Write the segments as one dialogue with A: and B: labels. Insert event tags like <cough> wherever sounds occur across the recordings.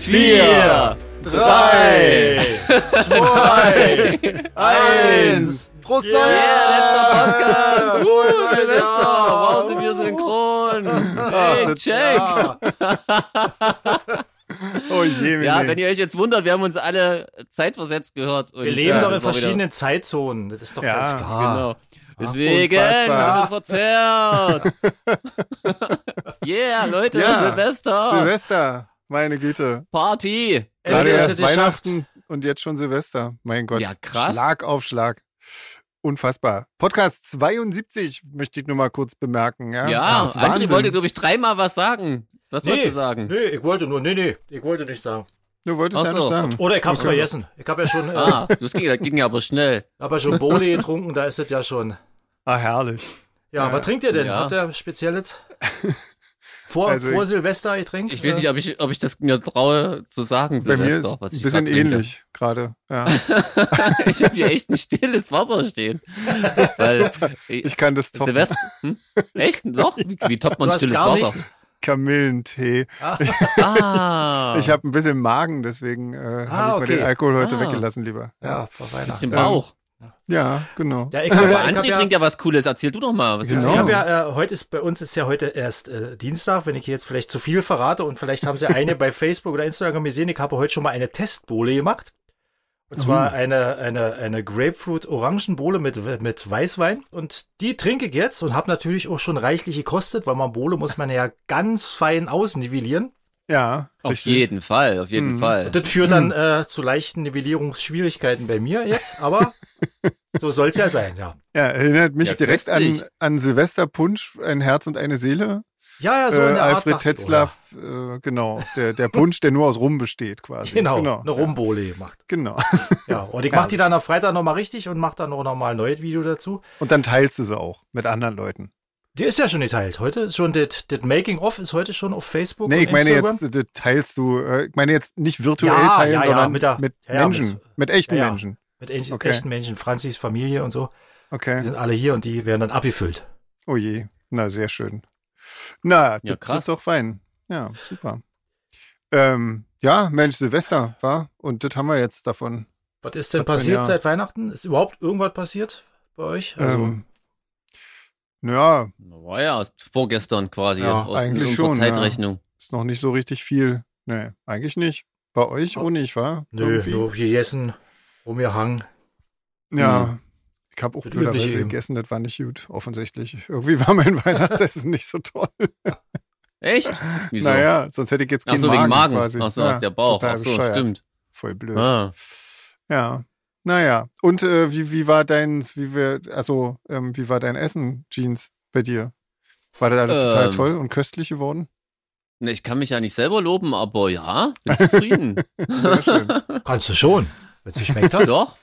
A: vier, drei, zwei, eins. Prost
B: Yeah, letzter Podcast. Uh, Silvester. Wow, sind wir synchron. Hey, check.
A: Oh je,
B: Ja,
A: Mene.
B: wenn ihr euch jetzt wundert, wir haben uns alle zeitversetzt gehört. Und,
C: Wir leben
B: ja,
C: doch in
B: das war
C: verschiedenen Zeitzonen. Das ist doch
A: Ja.
C: ganz klar.
B: Wieder, genau.
A: Ah,
B: Deswegen
A: unfassbar.
B: sind wir verzerrt.
A: <laughs>
B: yeah, Leute,
A: Ja.
B: Silvester.
A: Silvester, meine Güte.
B: Party.
A: Gerade
C: Endlich
A: erst
C: ist es geschafft.
A: Weihnachten und jetzt schon Silvester. Mein Gott.
B: Ja, krass.
A: Schlag auf Schlag. Unfassbar. Podcast 72 möchte ich nur mal kurz bemerken. Ja,
B: Ja,
A: Das ist
B: André
A: Wahnsinn.
B: wollte, glaube ich, dreimal was sagen. Was
C: Nee.
B: wolltest du sagen?
C: Nee, ich wollte nur, nee, nee, ich wollte nicht sagen.
A: Du wolltest
B: Ach
A: ja nicht
B: so.
A: sagen.
C: Oder ich hab's vergessen. Ich hab ja schon, äh,
B: Ah, das ging, das ging ja aber schnell.
C: hab ja schon Bode getrunken, da ist es ja schon.
A: Ah, herrlich.
C: Ja, was trinkt ihr denn?
B: Ja.
C: Habt ihr spezielles vor,
A: Also
C: vor
A: ich-
C: Silvester getränkt?
B: Ich weiß nicht, ob ich, ob ich das mir traue zu sagen,
A: Bei mir ist
B: Silvester, was
A: ein
B: ich
A: bisschen
B: grad trinke.
A: ähnlich gerade. Ja.
B: <laughs> ich habe hier echt ein stilles Wasser stehen.
A: <laughs>
B: Weil
A: Ich kann das top.
B: Silvester. Hm?
A: <laughs>
B: Echt? Noch? Wie, wie toppt man
C: Du hast
B: stilles
C: gar
B: Wasser?
C: nichts?
A: Kamillentee.
B: <laughs> Ah.
A: Ich habe ein bisschen Magen, deswegen äh,
C: Ah,
A: habe ich
C: okay.
A: mal den Alkohol heute
B: Ah.
A: weggelassen lieber.
C: Ja, vor Weihnachten.
B: bisschen
A: Ja.
B: Bauch.
A: Ja, genau.
C: <laughs> Ja, ich hab,
B: Aber
C: ja- ich hab
B: André
C: ja,
B: trinkt ja was Cooles. Erzähl du doch mal. Was du
A: Genau.
C: Ich
B: trinkst.
C: habe ja, äh, heute ist bei uns ist ja heute erst äh, Dienstag, wenn ich jetzt vielleicht zu viel verrate und vielleicht haben sie eine bei Facebook oder Instagram gesehen, ich habe heute schon mal eine Testbowle gemacht. Und zwar eine, eine, eine Grapefruit-Orangenbowle mit, mit Weißwein. Und die trinke ich jetzt und habe natürlich auch schon reichlich gekostet, weil man Bowle muss man ja ganz fein ausnivellieren.
A: Ja,
B: Auf
A: richtig.
B: jeden Fall, auf jeden
A: Mhm.
B: Fall.
C: Und das führt dann äh, zu leichten Nivellierungsschwierigkeiten bei mir jetzt, aber so soll's ja sein, ja.
A: Ja, erinnert mich
B: Ja,
A: direkt an,
B: köstlich.
A: an Silvesterpunsch, ein Herz und eine Seele.
C: Ja, ja, so in
A: äh,
C: der Art
A: Alfred
C: dachte ich,
A: Tetzlaff, äh, genau,
C: <laughs>
A: der, der Punsch, der nur aus Rum besteht
C: oder?
A: quasi.
C: Genau,
A: genau.
C: eine Rumbowle gemacht.
A: genau.
C: Ja, und ich mach die dann am Freitag nochmal richtig und mach dann auch nochmal ein neues Video dazu.
A: Und dann teilst du sie auch mit anderen Leuten.
C: Die ist ja schon geteilt. Heute ist schon das das Making-of ist heute schon auf Facebook
A: Nee,
C: und
A: ich meine
C: Instagram.
A: jetzt, äh, teilst du, äh, ich meine jetzt nicht virtuell
C: Ja,
A: teilen,
C: ja, ja,
A: sondern
C: mit
A: mit,
C: der- ja, ja,
A: Menschen, mit, echten
C: ja, ja.
A: Menschen.
C: mit echt,
A: okay.
C: echten Menschen, Franzis Familie und so. Die
A: Okay.
C: sind alle hier und die werden dann abgefüllt.
A: Oh je. Na, sehr schön. Na, das
B: krass.
A: ist doch fein. Ja, super. Ähm, ja, Mensch, Silvester, war Und das haben wir jetzt davon.
C: Was ist denn
A: Was denn,
C: passiert
A: ja.
C: seit Weihnachten? Ist überhaupt irgendwas passiert bei euch? Also,
A: Ähm, naja,
B: War Oh ja aus- vorgestern quasi
C: Ja,
B: aus
A: eigentlich
B: unserer
A: schon,
B: Zeitrechnung.
A: Ist noch nicht so richtig viel. Nee, eigentlich nicht. Bei euch
B: Ah,
A: auch nicht, wa?
C: nö,
A: Irgendwie.
C: nur gegessen, rumgehangen.
A: Ja. Ich habe auch
C: Das Übliche
A: blöderweise
C: eben.
A: gegessen, das war nicht gut, offensichtlich. Irgendwie
B: <laughs>
A: war mein Weihnachtsessen nicht so toll.
B: Echt? Wieso?
A: Naja, sonst hätte ich jetzt
B: Ach
A: keinen
B: so,
A: Magen,
B: wegen Magen.
A: quasi.
B: Ach so,
A: Ja,
B: aus der Bauch.
A: Total
B: Ach so,
A: bescheuert.
B: stimmt.
A: Voll blöd.
B: Ah.
A: Ja. Naja. Und äh, wie, wie war dein, wie wir, also, ähm, wie war dein Essen, Jeans, bei dir? War das alles total
B: Ähm.
A: toll und köstlich geworden?
B: Ne, Ich kann mich ja nicht selber loben, aber ja,
A: <laughs>
B: bin zufrieden. <laughs>
A: Sehr schön.
C: Kannst du schon, wenn es schmeckt <laughs> hat.
B: Doch.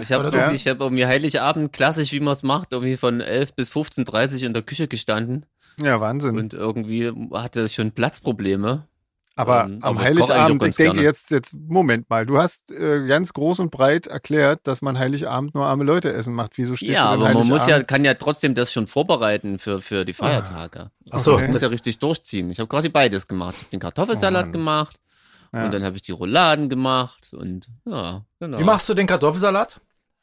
B: Ich habe
C: Oder
A: doch.
B: irgendwie, ich hab irgendwie Heiligabend, klassisch wie man es macht, irgendwie von 11 bis 15.30 Uhr in der Küche gestanden
A: Ja, Wahnsinn.
B: und irgendwie hatte ich schon Platzprobleme.
A: Aber
B: Ähm,
A: am
B: aber ich koche eigentlich auch
A: Heiligabend, ich
B: ganz
A: denke
B: gerne.
A: jetzt, jetzt, Moment mal, du hast äh, ganz groß und breit erklärt, dass man Heiligabend nur arme Leute essen macht. Wieso stehst
B: ja,
A: du denn
B: aber man
A: Heiligabend? Ah.
B: muss ja, kann ja trotzdem das schon vorbereiten für, für die Feiertage.
C: Ach so,
B: Ich
A: Okay.
B: muss ja richtig durchziehen. Ich habe quasi beides gemacht. Ich habe den Kartoffelsalat
A: Oh Mann.
B: gemacht
A: Ja.
B: und dann habe ich die Rouladen gemacht und ja, genau.
C: wie machst du den Kartoffelsalat?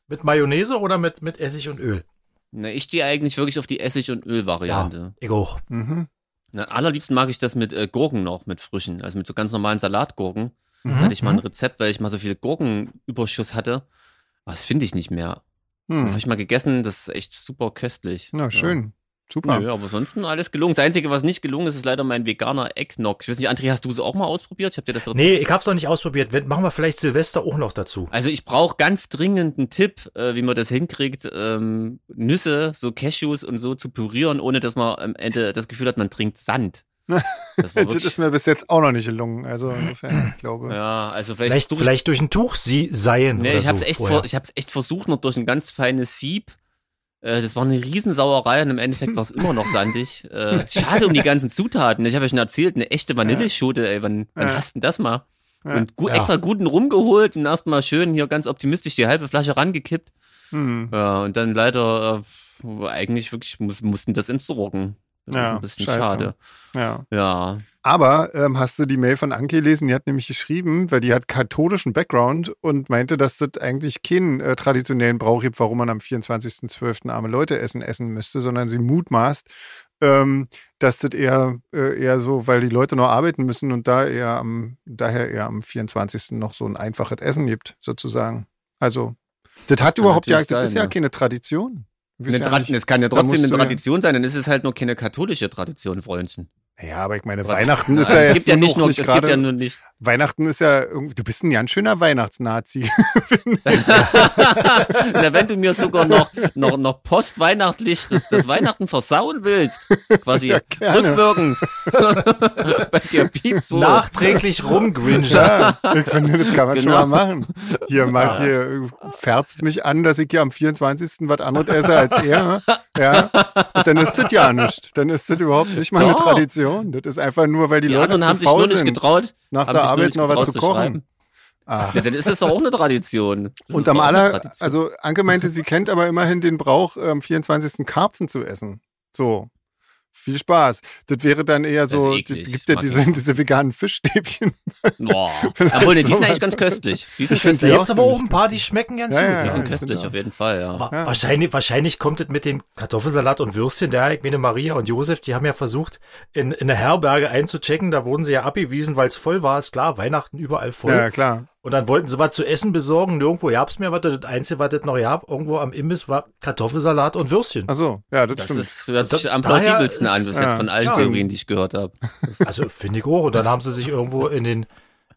C: Mit Mayonnaise oder mit, mit Essig und Öl?
B: Na, ich stehe eigentlich wirklich auf die Essig- und Öl-Variante.
C: Ich auch.
A: Mhm.
B: Na, allerliebsten mag ich das mit äh, Gurken noch, mit frischen, also mit so ganz normalen Salatgurken. Da
C: Mhm.
A: Hm?
B: hatte ich mal ein Rezept, weil ich mal so viel Gurkenüberschuss hatte. Aber Das finde ich nicht mehr. Das habe
A: Hm.
B: ich mal gegessen, das ist echt super köstlich.
A: Na, schön.
B: Ja.
A: Super.
B: Nö, aber sonst alles gelungen. Das Einzige, was nicht gelungen ist, ist leider mein veganer Eggnog. Ich weiß nicht, André, hast du es auch mal ausprobiert? Ich habe dir das Rezept-
C: Nee, ich hab's noch nicht ausprobiert. Wenn, machen wir vielleicht Silvester auch noch dazu.
B: Also ich brauche ganz dringend einen Tipp, äh, wie man das hinkriegt, ähm, Nüsse, so Cashews und so zu pürieren, ohne dass man am Ende das Gefühl hat, man trinkt Sand. Das war
A: Das ist
B: wirklich,
A: mir bis jetzt auch noch nicht gelungen. Also
B: <clears throat>
A: insofern, ich glaube.
B: ja, also vielleicht,
C: Vielleicht,
B: such-
C: vielleicht durch ein Tuch sie seien.
B: Nee,
C: oder
B: ich hab's
C: so
B: echt
C: vorher.
B: vor, ich hab's echt versucht, noch durch ein ganz feines Sieb. Äh, Das war eine Riesensauerei und im Endeffekt war
A: <laughs>
B: es immer noch sandig. Äh, Schade um die ganzen Zutaten. Ich habe ja schon erzählt, eine echte Vanilleschote, ey, wann, wann
A: Ja.
B: hast du denn das mal?
A: Ja.
B: Und gu
C: Ja.
B: extra guten rumgeholt und erstmal schön hier ganz optimistisch die halbe Flasche rangekippt.
A: Hm.
B: Ja, und dann leider äh, eigentlich wirklich muss, mussten das ins Rocken. Das
A: Ja,
B: ist ein bisschen
A: scheiße.
B: schade.
A: Ja.
B: Ja.
A: Aber ähm, hast du die Mail von Anke gelesen? Die hat nämlich geschrieben, weil die hat katholischen Background und meinte, dass das eigentlich keinen äh, traditionellen Brauch gibt, warum man am 24.12. arme Leute essen essen müsste, sondern sie mutmaßt, ähm, dass das eher, äh, eher so, weil die Leute noch arbeiten müssen und da eher am, daher eher am 24. noch so ein einfaches Essen gibt, sozusagen. Also, das hat
B: kann
A: überhaupt ja,
B: natürlich
A: das ist
B: sein,
A: ja
B: ja.
A: keine Tradition. Du
B: Eine
A: bist
B: Tra-
A: nicht-
B: es kann ja
A: da
B: trotzdem
A: musst
B: eine
A: du ja-
B: Tradition sein, dann ist es halt nur keine katholische Tradition, Freundchen.
A: ja, aber ich meine,
B: Tra- <laughs>
A: Weihnachten
B: Ja,
A: ist ja
B: es
A: jetzt
B: gibt ja nicht
A: noch
B: nur,
A: nicht
B: es gibt
A: gerade-
B: ja nur nicht.
A: Weihnachten ist ja irgendwie, du bist ein ganz
B: <laughs>
A: schöner Weihnachtsnazi.
B: Na, wenn du mir sogar noch, noch, noch postweihnachtlich das, das Weihnachten versauen willst, quasi
A: gerne.
B: rückwirkend.
A: <laughs>
B: Bei dir piepst so. <laughs>
C: Nachträglich rumgrinchen.
A: Ja, ich finde, das kann man schon
B: Genau.
A: mal machen. Hier, Marc, hier äh, färzt mich an, dass ich hier am 24. was anderes esse als
B: <laughs>
A: er. Ja, und dann ist das ja nicht. Dann ist das überhaupt nicht mal eine
B: Doch.
A: Tradition. Das ist einfach nur, weil die,
B: die
A: Leute
B: anderen
A: zu
B: haben sich nur
A: faul
B: nicht
A: sind,
B: getraut.
A: nach
B: haben sich
A: der
B: nur
A: Arbeit
B: nicht
A: noch was
B: getraut
A: zu
B: zu
A: kochen. Ah.
B: schreiben.
A: Ach.
B: Ja, dann ist das doch auch eine Tradition. Das ist
A: Und am
B: doch auch eine
A: aller,
B: Tradition.
A: also Anke meinte, sie kennt aber immerhin den Brauch, am 24. Karpfen zu essen. So. Viel Spaß. Das wäre dann eher
B: Das
A: so, das
B: ist eklig.
A: gibt ja
B: Mag
A: diese,
B: ich nicht.
A: <laughs> diese veganen Fischstäbchen. <laughs>
B: Boah. Obwohl, nee, die sind eigentlich ganz köstlich. Die sind
A: Ich find
C: Da
B: köstlich.
A: die auch
C: gibt's aber auch ein paar, die schmecken ganz
A: Ja,
C: gut.
A: ja,
B: Die
A: ja.
B: sind
A: ich
B: köstlich,
A: finde
B: auf jeden Fall, ja.
C: Aber wahrscheinlich, wahrscheinlich kommt es mit den Kartoffelsalat und Würstchen daher. Ich meine, Maria und Josef, die haben ja versucht, in, in eine Herberge einzuchecken. Da wurden sie ja abgewiesen, weil es voll war. Ist klar, Weihnachten überall voll.
A: Ja, klar.
C: Und dann wollten sie was zu essen besorgen. Nirgendwo gab's mehr was. Das Einzige, was es noch gab, irgendwo am Imbiss, war Kartoffelsalat und Würstchen.
A: Ach so, ja, das,
B: Das
A: stimmt.
B: ist, hört sich
C: Da-
B: am
C: daher
B: plausibelsten
C: ist-
B: an, bis
A: ja,
B: jetzt von allen
C: ja.
B: Theorien, die ich gehört habe.
C: Also finde ich auch. Und dann haben sie sich irgendwo in den,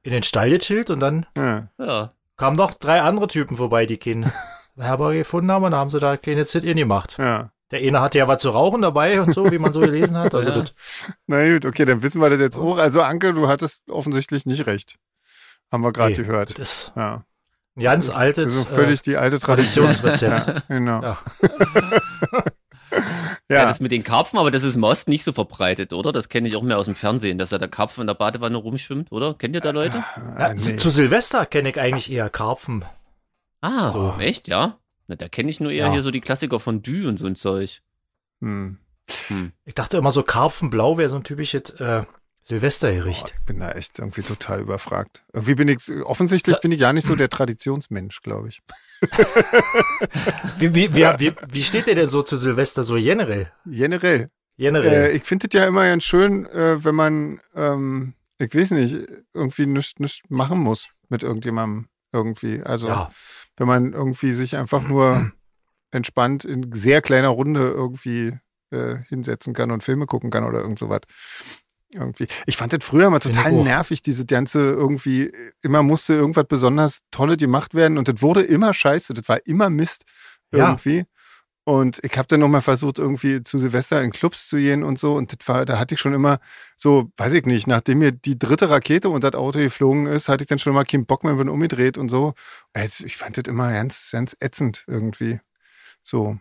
C: in den Stall gechillt und dann
A: ja.
B: Ja.
C: kamen noch drei andere Typen vorbei, die keine Herberge gefunden haben und da haben sie da ein kleines Sit-In gemacht.
A: ja.
C: Der eine hatte ja was zu rauchen dabei und so, wie man so gelesen hat. Also
B: Ja.
C: das,
A: Na gut, okay, dann wissen wir das jetzt auch. Also Anke, du hattest offensichtlich nicht recht. Haben wir gerade
C: Nee,
A: gehört.
C: das ist
A: Ja.
C: ein ganz
A: Das
C: altes
A: ist so völlig die alte
C: äh, <laughs>
A: Tradition.
C: Traditionsrezept.
A: <laughs> Ja, genau.
C: Ja.
B: Ja.
A: Ja,
B: das mit den Karpfen, aber das ist im Osten nicht so verbreitet, oder? Das kenne ich auch mehr aus dem Fernsehen, dass da der Karpfen in der Badewanne rumschwimmt, oder? Kennt ihr da Leute?
C: Ja,
A: Ah,
C: zu-
A: nee.
C: Zu Silvester kenne ich eigentlich eher Karpfen.
B: Ah,
C: Oh.
B: echt, ja? Na, da kenne ich nur eher
C: Ja.
B: hier so die Klassiker von Dü und so ein Zeug.
A: Hm.
C: Ich dachte immer so, Karpfenblau wäre so ein typisches äh, Silvestergericht.
A: Ich bin da echt irgendwie total überfragt. Irgendwie bin ich, offensichtlich bin ich ja nicht so der Traditionsmensch, glaube ich. Oh.
C: Wie, wie, wie, wie, wie steht ihr denn so zu Silvester so generell?
A: Generell.
C: Generell.
A: Äh, ich finde das ja immer ganz schön, äh, wenn man, ähm, ich weiß nicht, irgendwie nichts nicht machen muss mit irgendjemandem irgendwie. Also
C: ja.
A: wenn man irgendwie sich einfach
C: <clears throat>
A: nur entspannt in sehr kleiner Runde irgendwie äh, hinsetzen kann und Filme gucken kann oder irgend sowas. Irgendwie. Ich fand das früher mal
C: Finde
A: total
C: ich auch.
A: nervig, diese ganze irgendwie, immer musste irgendwas besonders Tolles gemacht werden und das wurde immer scheiße, das war immer Mist
C: Ja.
A: irgendwie. Und ich habe dann nochmal versucht, irgendwie zu Silvester in Clubs zu gehen und so. Und das war, da hatte ich schon immer so, weiß ich nicht, nachdem mir die dritte Rakete unter das Auto geflogen ist, hatte ich dann schon mal keinen Bock mehr, bin umgedreht und so. Also ich fand das immer ganz, ganz ätzend irgendwie. So.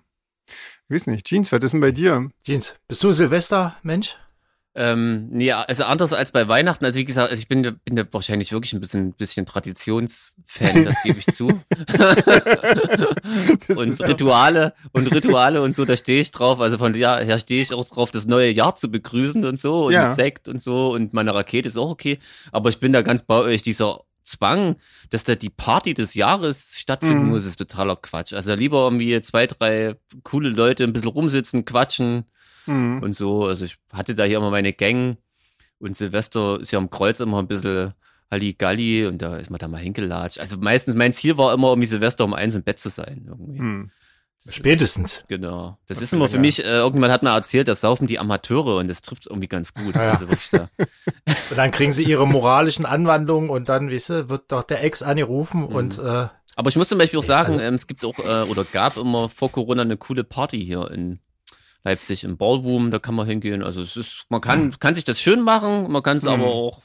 A: Ich weiß nicht. Jeans, was ist denn
C: <laughs>
A: bei dir?
C: Jeans, bist du Silvester-Mensch?
B: Ähm, nee, also anders als bei Weihnachten. Also wie gesagt, also ich bin, bin da wahrscheinlich wirklich ein bisschen, bisschen Traditionsfan, das gebe ich zu.
A: Das
B: und
A: ist-
B: Rituale und Rituale und so, da stehe ich drauf. Also von ja, her stehe ich auch drauf, das neue Jahr zu begrüßen und so und
A: Ja.
B: mit Sekt und so und meine Rakete ist auch okay. Aber ich bin da ganz bei euch, dieser Zwang, dass da die Party des Jahres stattfinden
A: Mhm.
B: muss, ist totaler Quatsch. Also lieber irgendwie zwei, drei coole Leute ein bisschen rumsitzen, quatschen
A: Hm.
B: und so. Also ich hatte da hier immer meine Gang und Silvester ist ja am Kreuz immer ein bisschen Halligalli und da ist man da mal hingelatscht. Also meistens, mein Ziel war immer, um Silvester um eins im Bett zu sein. Irgendwie.
A: Hm.
B: Das ist-
C: Spätestens.
B: Genau. Das
A: Okay,
B: ist immer für
A: ja.
B: mich, äh, irgendjemand hat mir erzählt, das saufen die Amateure und das trifft irgendwie ganz gut.
C: Ah, Ja, ja.
B: Also wirklich da.
C: Und dann kriegen sie ihre moralischen Anwandlungen und dann, weißt du, wird doch der Ex angerufen
B: Mhm.
C: und äh,
B: Aber ich muss zum Beispiel auch sagen,
C: also-
B: ähm, es gibt auch äh, oder gab immer vor Corona eine coole Party hier in Leipzig im Ballroom, da kann man hingehen. Also es ist, man kann, kann sich das schön machen, man kann es
A: Mhm.
B: aber auch,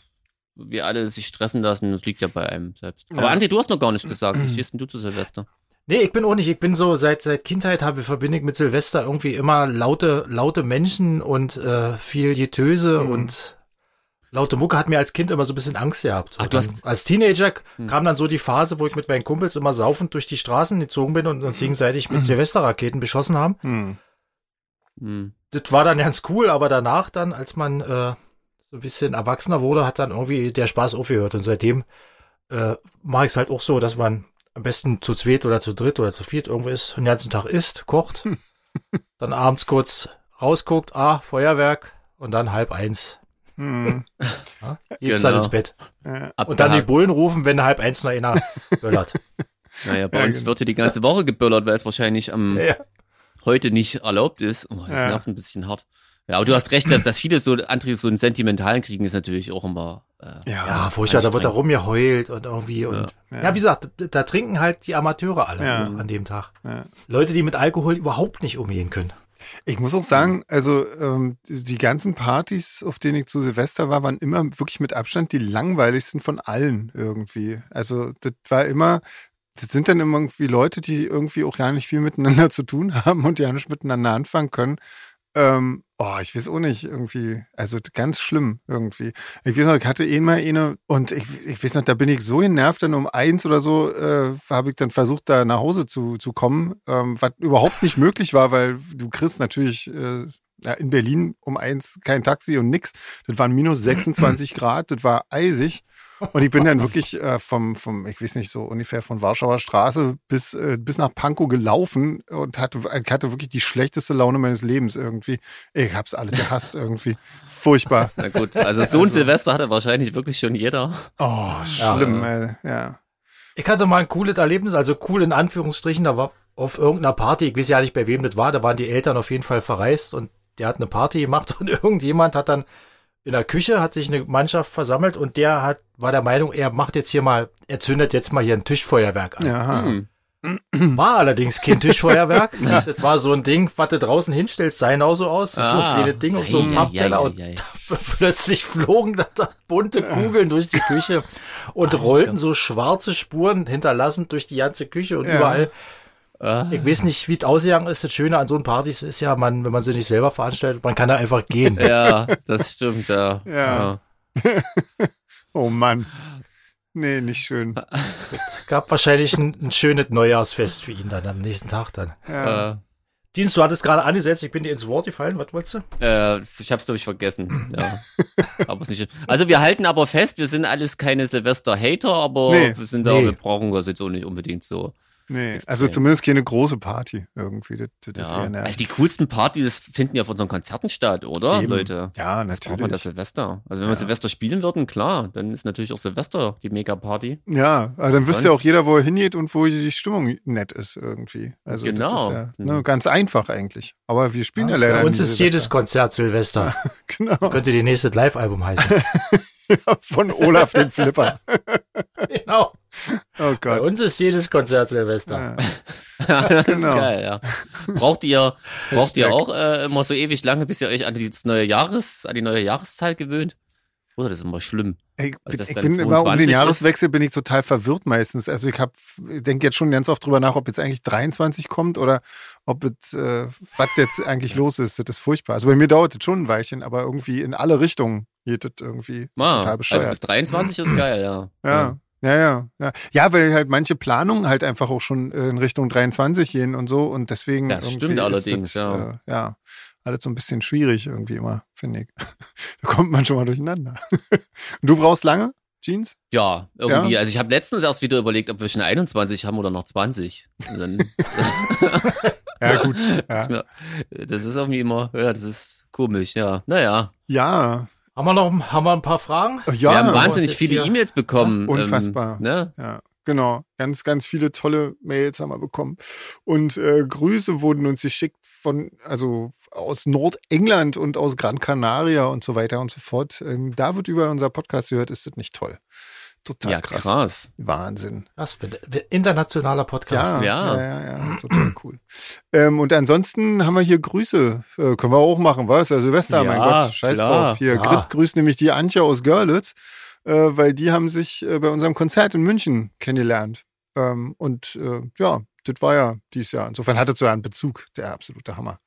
B: wir alle sich stressen lassen, das liegt ja bei einem selbst. Aber
A: Ja.
B: André, du hast noch gar nicht gesagt,
C: <clears throat>
B: wie stehst denn du zu Silvester?
C: Nee, ich bin auch nicht. Ich bin so seit seit Kindheit habe verbinde ich mit Silvester irgendwie immer laute laute Menschen und äh, viel Getöse
A: Mhm.
C: und laute Mucke hat mir als Kind immer so ein bisschen Angst gehabt. So
B: Ach, du hast- Hm.
C: dann, als Teenager kam dann so die Phase, wo ich mit meinen Kumpels immer
B: Hm.
C: saufend durch die Straßen gezogen bin und uns gegenseitig mit Silvesterraketen beschossen haben.
A: Hm.
B: Hm.
C: das war dann ganz cool, aber danach dann, als man äh, so ein bisschen erwachsener wurde, hat dann irgendwie der Spaß aufgehört. Und seitdem äh, mache ich es halt auch so, dass man am besten zu zweit oder zu dritt oder zu viert irgendwo ist, den ganzen Tag isst, kocht, dann abends kurz rausguckt, ah, Feuerwerk und dann halb eins.
A: Hm.
C: Ja, geht's dann
B: Genau.
C: ins Bett.
A: Ja.
C: Und dann die Bullen rufen, wenn halb eins noch einer böllert.
B: Naja, bei
A: Ja,
B: uns
A: genau.
B: wird hier die ganze Woche geböllert, weil es wahrscheinlich am
C: ja.
B: heute nicht erlaubt ist. Oh, das
A: Ja.
B: nervt ein bisschen hart. Ja, aber du hast recht, dass, dass viele so, André, so einen sentimentalen kriegen, ist natürlich auch immer. Äh,
A: Ja.
C: Ja, furchtbar, da wird da rumgeheult und irgendwie und
A: Ja.
C: ja, wie gesagt, da, da trinken halt die Amateure alle
A: Ja.
C: an dem Tag.
A: Ja.
C: Leute, die mit Alkohol überhaupt nicht umgehen können.
A: Ich muss auch sagen, also ähm, die die ganzen Partys, auf denen ich zu Silvester war, waren immer wirklich mit Abstand die langweiligsten von allen irgendwie. Also das war immer, das sind dann immer irgendwie Leute, die irgendwie auch gar nicht viel miteinander zu tun haben und ja nicht miteinander anfangen können. Ähm, oh, ich weiß auch nicht, irgendwie. Also ganz schlimm irgendwie. Ich weiß noch, ich hatte eh mal eine und ich, ich weiß noch, da bin ich so genervt, dann um eins oder so äh, habe ich dann versucht, da nach Hause zu, zu kommen, ähm, was überhaupt nicht möglich war, weil du kriegst natürlich äh, ja, in Berlin um eins kein Taxi und nix. Das waren minus 26 Grad, das war eisig. Und ich bin dann wirklich äh, vom, vom, ich weiß nicht, so ungefähr von Warschauer Straße bis, äh, bis nach Pankow gelaufen und hatte, ich hatte wirklich die schlechteste Laune meines Lebens irgendwie. Ich hab's alle gehasst irgendwie. Furchtbar.
B: na gut, also so ein Silvester hatte wahrscheinlich wirklich schon jeder.
A: Oh, schlimm,
B: Ja.
A: ey. Ja.
C: Ich hatte mal ein cooles Erlebnis, also cool in Anführungsstrichen, da war auf irgendeiner Party, ich weiß ja nicht, bei wem das war, da waren die Eltern auf jeden Fall verreist und der hat eine Party gemacht <laughs> und irgendjemand hat dann in der Küche hat sich eine Mannschaft versammelt und der hat, war der Meinung, er macht jetzt hier mal, er zündet jetzt mal hier ein Tischfeuerwerk an.
A: Ja. aha.
B: Hm.
C: War allerdings kein Tischfeuerwerk. Das war so ein Ding, was du draußen hinstellst, sah genauso aus. Das ist so
B: Ah.
C: ein kleines Ding auf so einem
B: Ei,
C: Pappteller.
B: ei,
C: Und
B: ei, ei.
C: <laughs> plötzlich flogen da, da bunte Kugeln durch die Küche und rollten so schwarze Spuren hinterlassend durch die ganze Küche und
A: Ja.
C: überall.
B: Ah.
C: Ich weiß nicht, wie es ausgegangen ist. Das Schöne an so einem Partys ist ja, man, wenn man sie nicht selber veranstaltet, man kann da einfach gehen.
B: Ja, das stimmt, ja.
A: Ja. Oh Mann. Nee, nicht schön.
C: Es gab wahrscheinlich ein, ein schönes Neujahrsfest für ihn dann am nächsten Tag dann.
B: Äh,
A: Ja.
B: ja.
C: Dienst, du hattest gerade angesetzt, ich bin dir ins Wort gefallen. Was wolltest du?
B: Äh, äh, ich hab's, glaube ich, vergessen. Ja. aber ist nicht schlimm. Also wir halten aber fest, wir sind alles keine Silvester-Hater, aber
A: Nee.
B: wir sind da,
C: Nee.
B: wir brauchen das jetzt auch nicht unbedingt so.
A: Nee,
B: Extrem.
A: also zumindest keine große Party irgendwie. Das, das ist
B: Ja.
A: eher nervig.
B: Also die coolsten Partys finden ja auf unseren Konzerten statt, oder,
A: Eben.
B: Leute?
A: Ja,
B: Jetzt braucht man das
A: natürlich.
B: Silvester. Also wenn wir Silvester spielen würden, klar, dann ist natürlich auch Silvester die Mega-Party. <laughs>
A: Ja, aber dann wüsste
B: Sonst-
A: ja auch jeder, wo er hingeht und wo die Stimmung nett ist irgendwie. Also das
B: Genau.
A: Ist ja, ne, ganz einfach eigentlich. Aber wir spielen ja, leider
C: Bei uns
A: nie
C: ist jedes
A: Silvester.
C: Konzert Silvester.
A: <laughs> genau.
C: Könnte die nächste Live-Album
A: <laughs>
C: heißen.
A: von Olaf
B: <laughs>
A: dem Flipper.
C: genau.
A: Oh
C: Bei
A: Gott.
C: uns ist jedes Konzert Silvester.
A: Ja.
B: das
A: Genau.
B: ist geil, ja. Braucht ihr, braucht ihr
A: Hashtag.
B: auch äh, immer so ewig lange, bis ihr euch an, das neue Jahres, an die neue Jahreszeit gewöhnt? Oder das ist immer schlimm.
A: Ich,
B: Also, dass
A: ich
B: dann
A: bin immer um
B: 22
A: den
B: ist?
A: Jahreswechsel bin ich total verwirrt meistens. Also ich hab, denke jetzt schon ganz oft drüber nach, ob jetzt eigentlich 23 kommt oder ob es, äh, was jetzt eigentlich los ist. Das ist furchtbar. Also bei mir dauert es schon ein Weilchen, aber irgendwie in alle Richtungen geht das irgendwie Das
B: Ah,
A: ist total
B: also
A: bescheuert.
B: bis 23 ist geil, ja.
A: Ja, ja, ja, ja. Ja, weil halt manche Planungen halt einfach auch schon äh, in Richtung 23 gehen und so und deswegen.
B: Das
A: irgendwie
B: stimmt
A: ist
B: allerdings,
A: das,
B: ja.
A: Äh, ja, alles so ein bisschen schwierig irgendwie immer, finde ich. <laughs> da kommt man schon mal durcheinander. <laughs> und du brauchst lange Jeans?
B: Ja, irgendwie.
A: Ja.
B: Also ich habe letztens erst wieder überlegt, ob wir schon 21 haben oder noch 20. Und
A: <laughs>
B: dann
A: Ja, gut.
B: ist
A: Ja,
B: mir, das ist irgendwie immer, ja, das ist komisch, ja. Naja,
A: ja.
C: Haben wir noch haben wir ein paar Fragen?
A: ja.
B: wir haben
C: Wahnsinn.
B: wahnsinnig
C: jetzt
B: viele
C: hier-
B: E-Mails bekommen.
A: Unfassbar.
B: Ähm, ne?
A: Ja, genau. Ganz, ganz viele tolle Mails haben wir bekommen. Und äh, Grüße wurden uns geschickt von, also aus Nordengland und aus Gran Canaria und so weiter und so fort. Ähm, da wird über unser Podcast gehört, ist das nicht toll. Total
B: Ja,
A: krass.
B: krass.
A: Wahnsinn.
C: Was für ein internationaler Podcast.
A: Ja, ja,
B: Ja.
A: ja, ja, total cool. Ähm, und ansonsten haben wir hier Grüße. Äh, können wir auch machen, was? Ja,
B: Ja,
A: Silvester, mein Gott, scheiß
B: klar,
A: drauf. Hier,
C: klar.
A: Grit grüßt nämlich die Antje aus Görlitz, äh, weil die haben sich äh, bei unserem Konzert in München kennengelernt. Ähm, und äh, ja, das war ja dieses Jahr. Insofern hatte es ja einen Bezug, der absolute Hammer.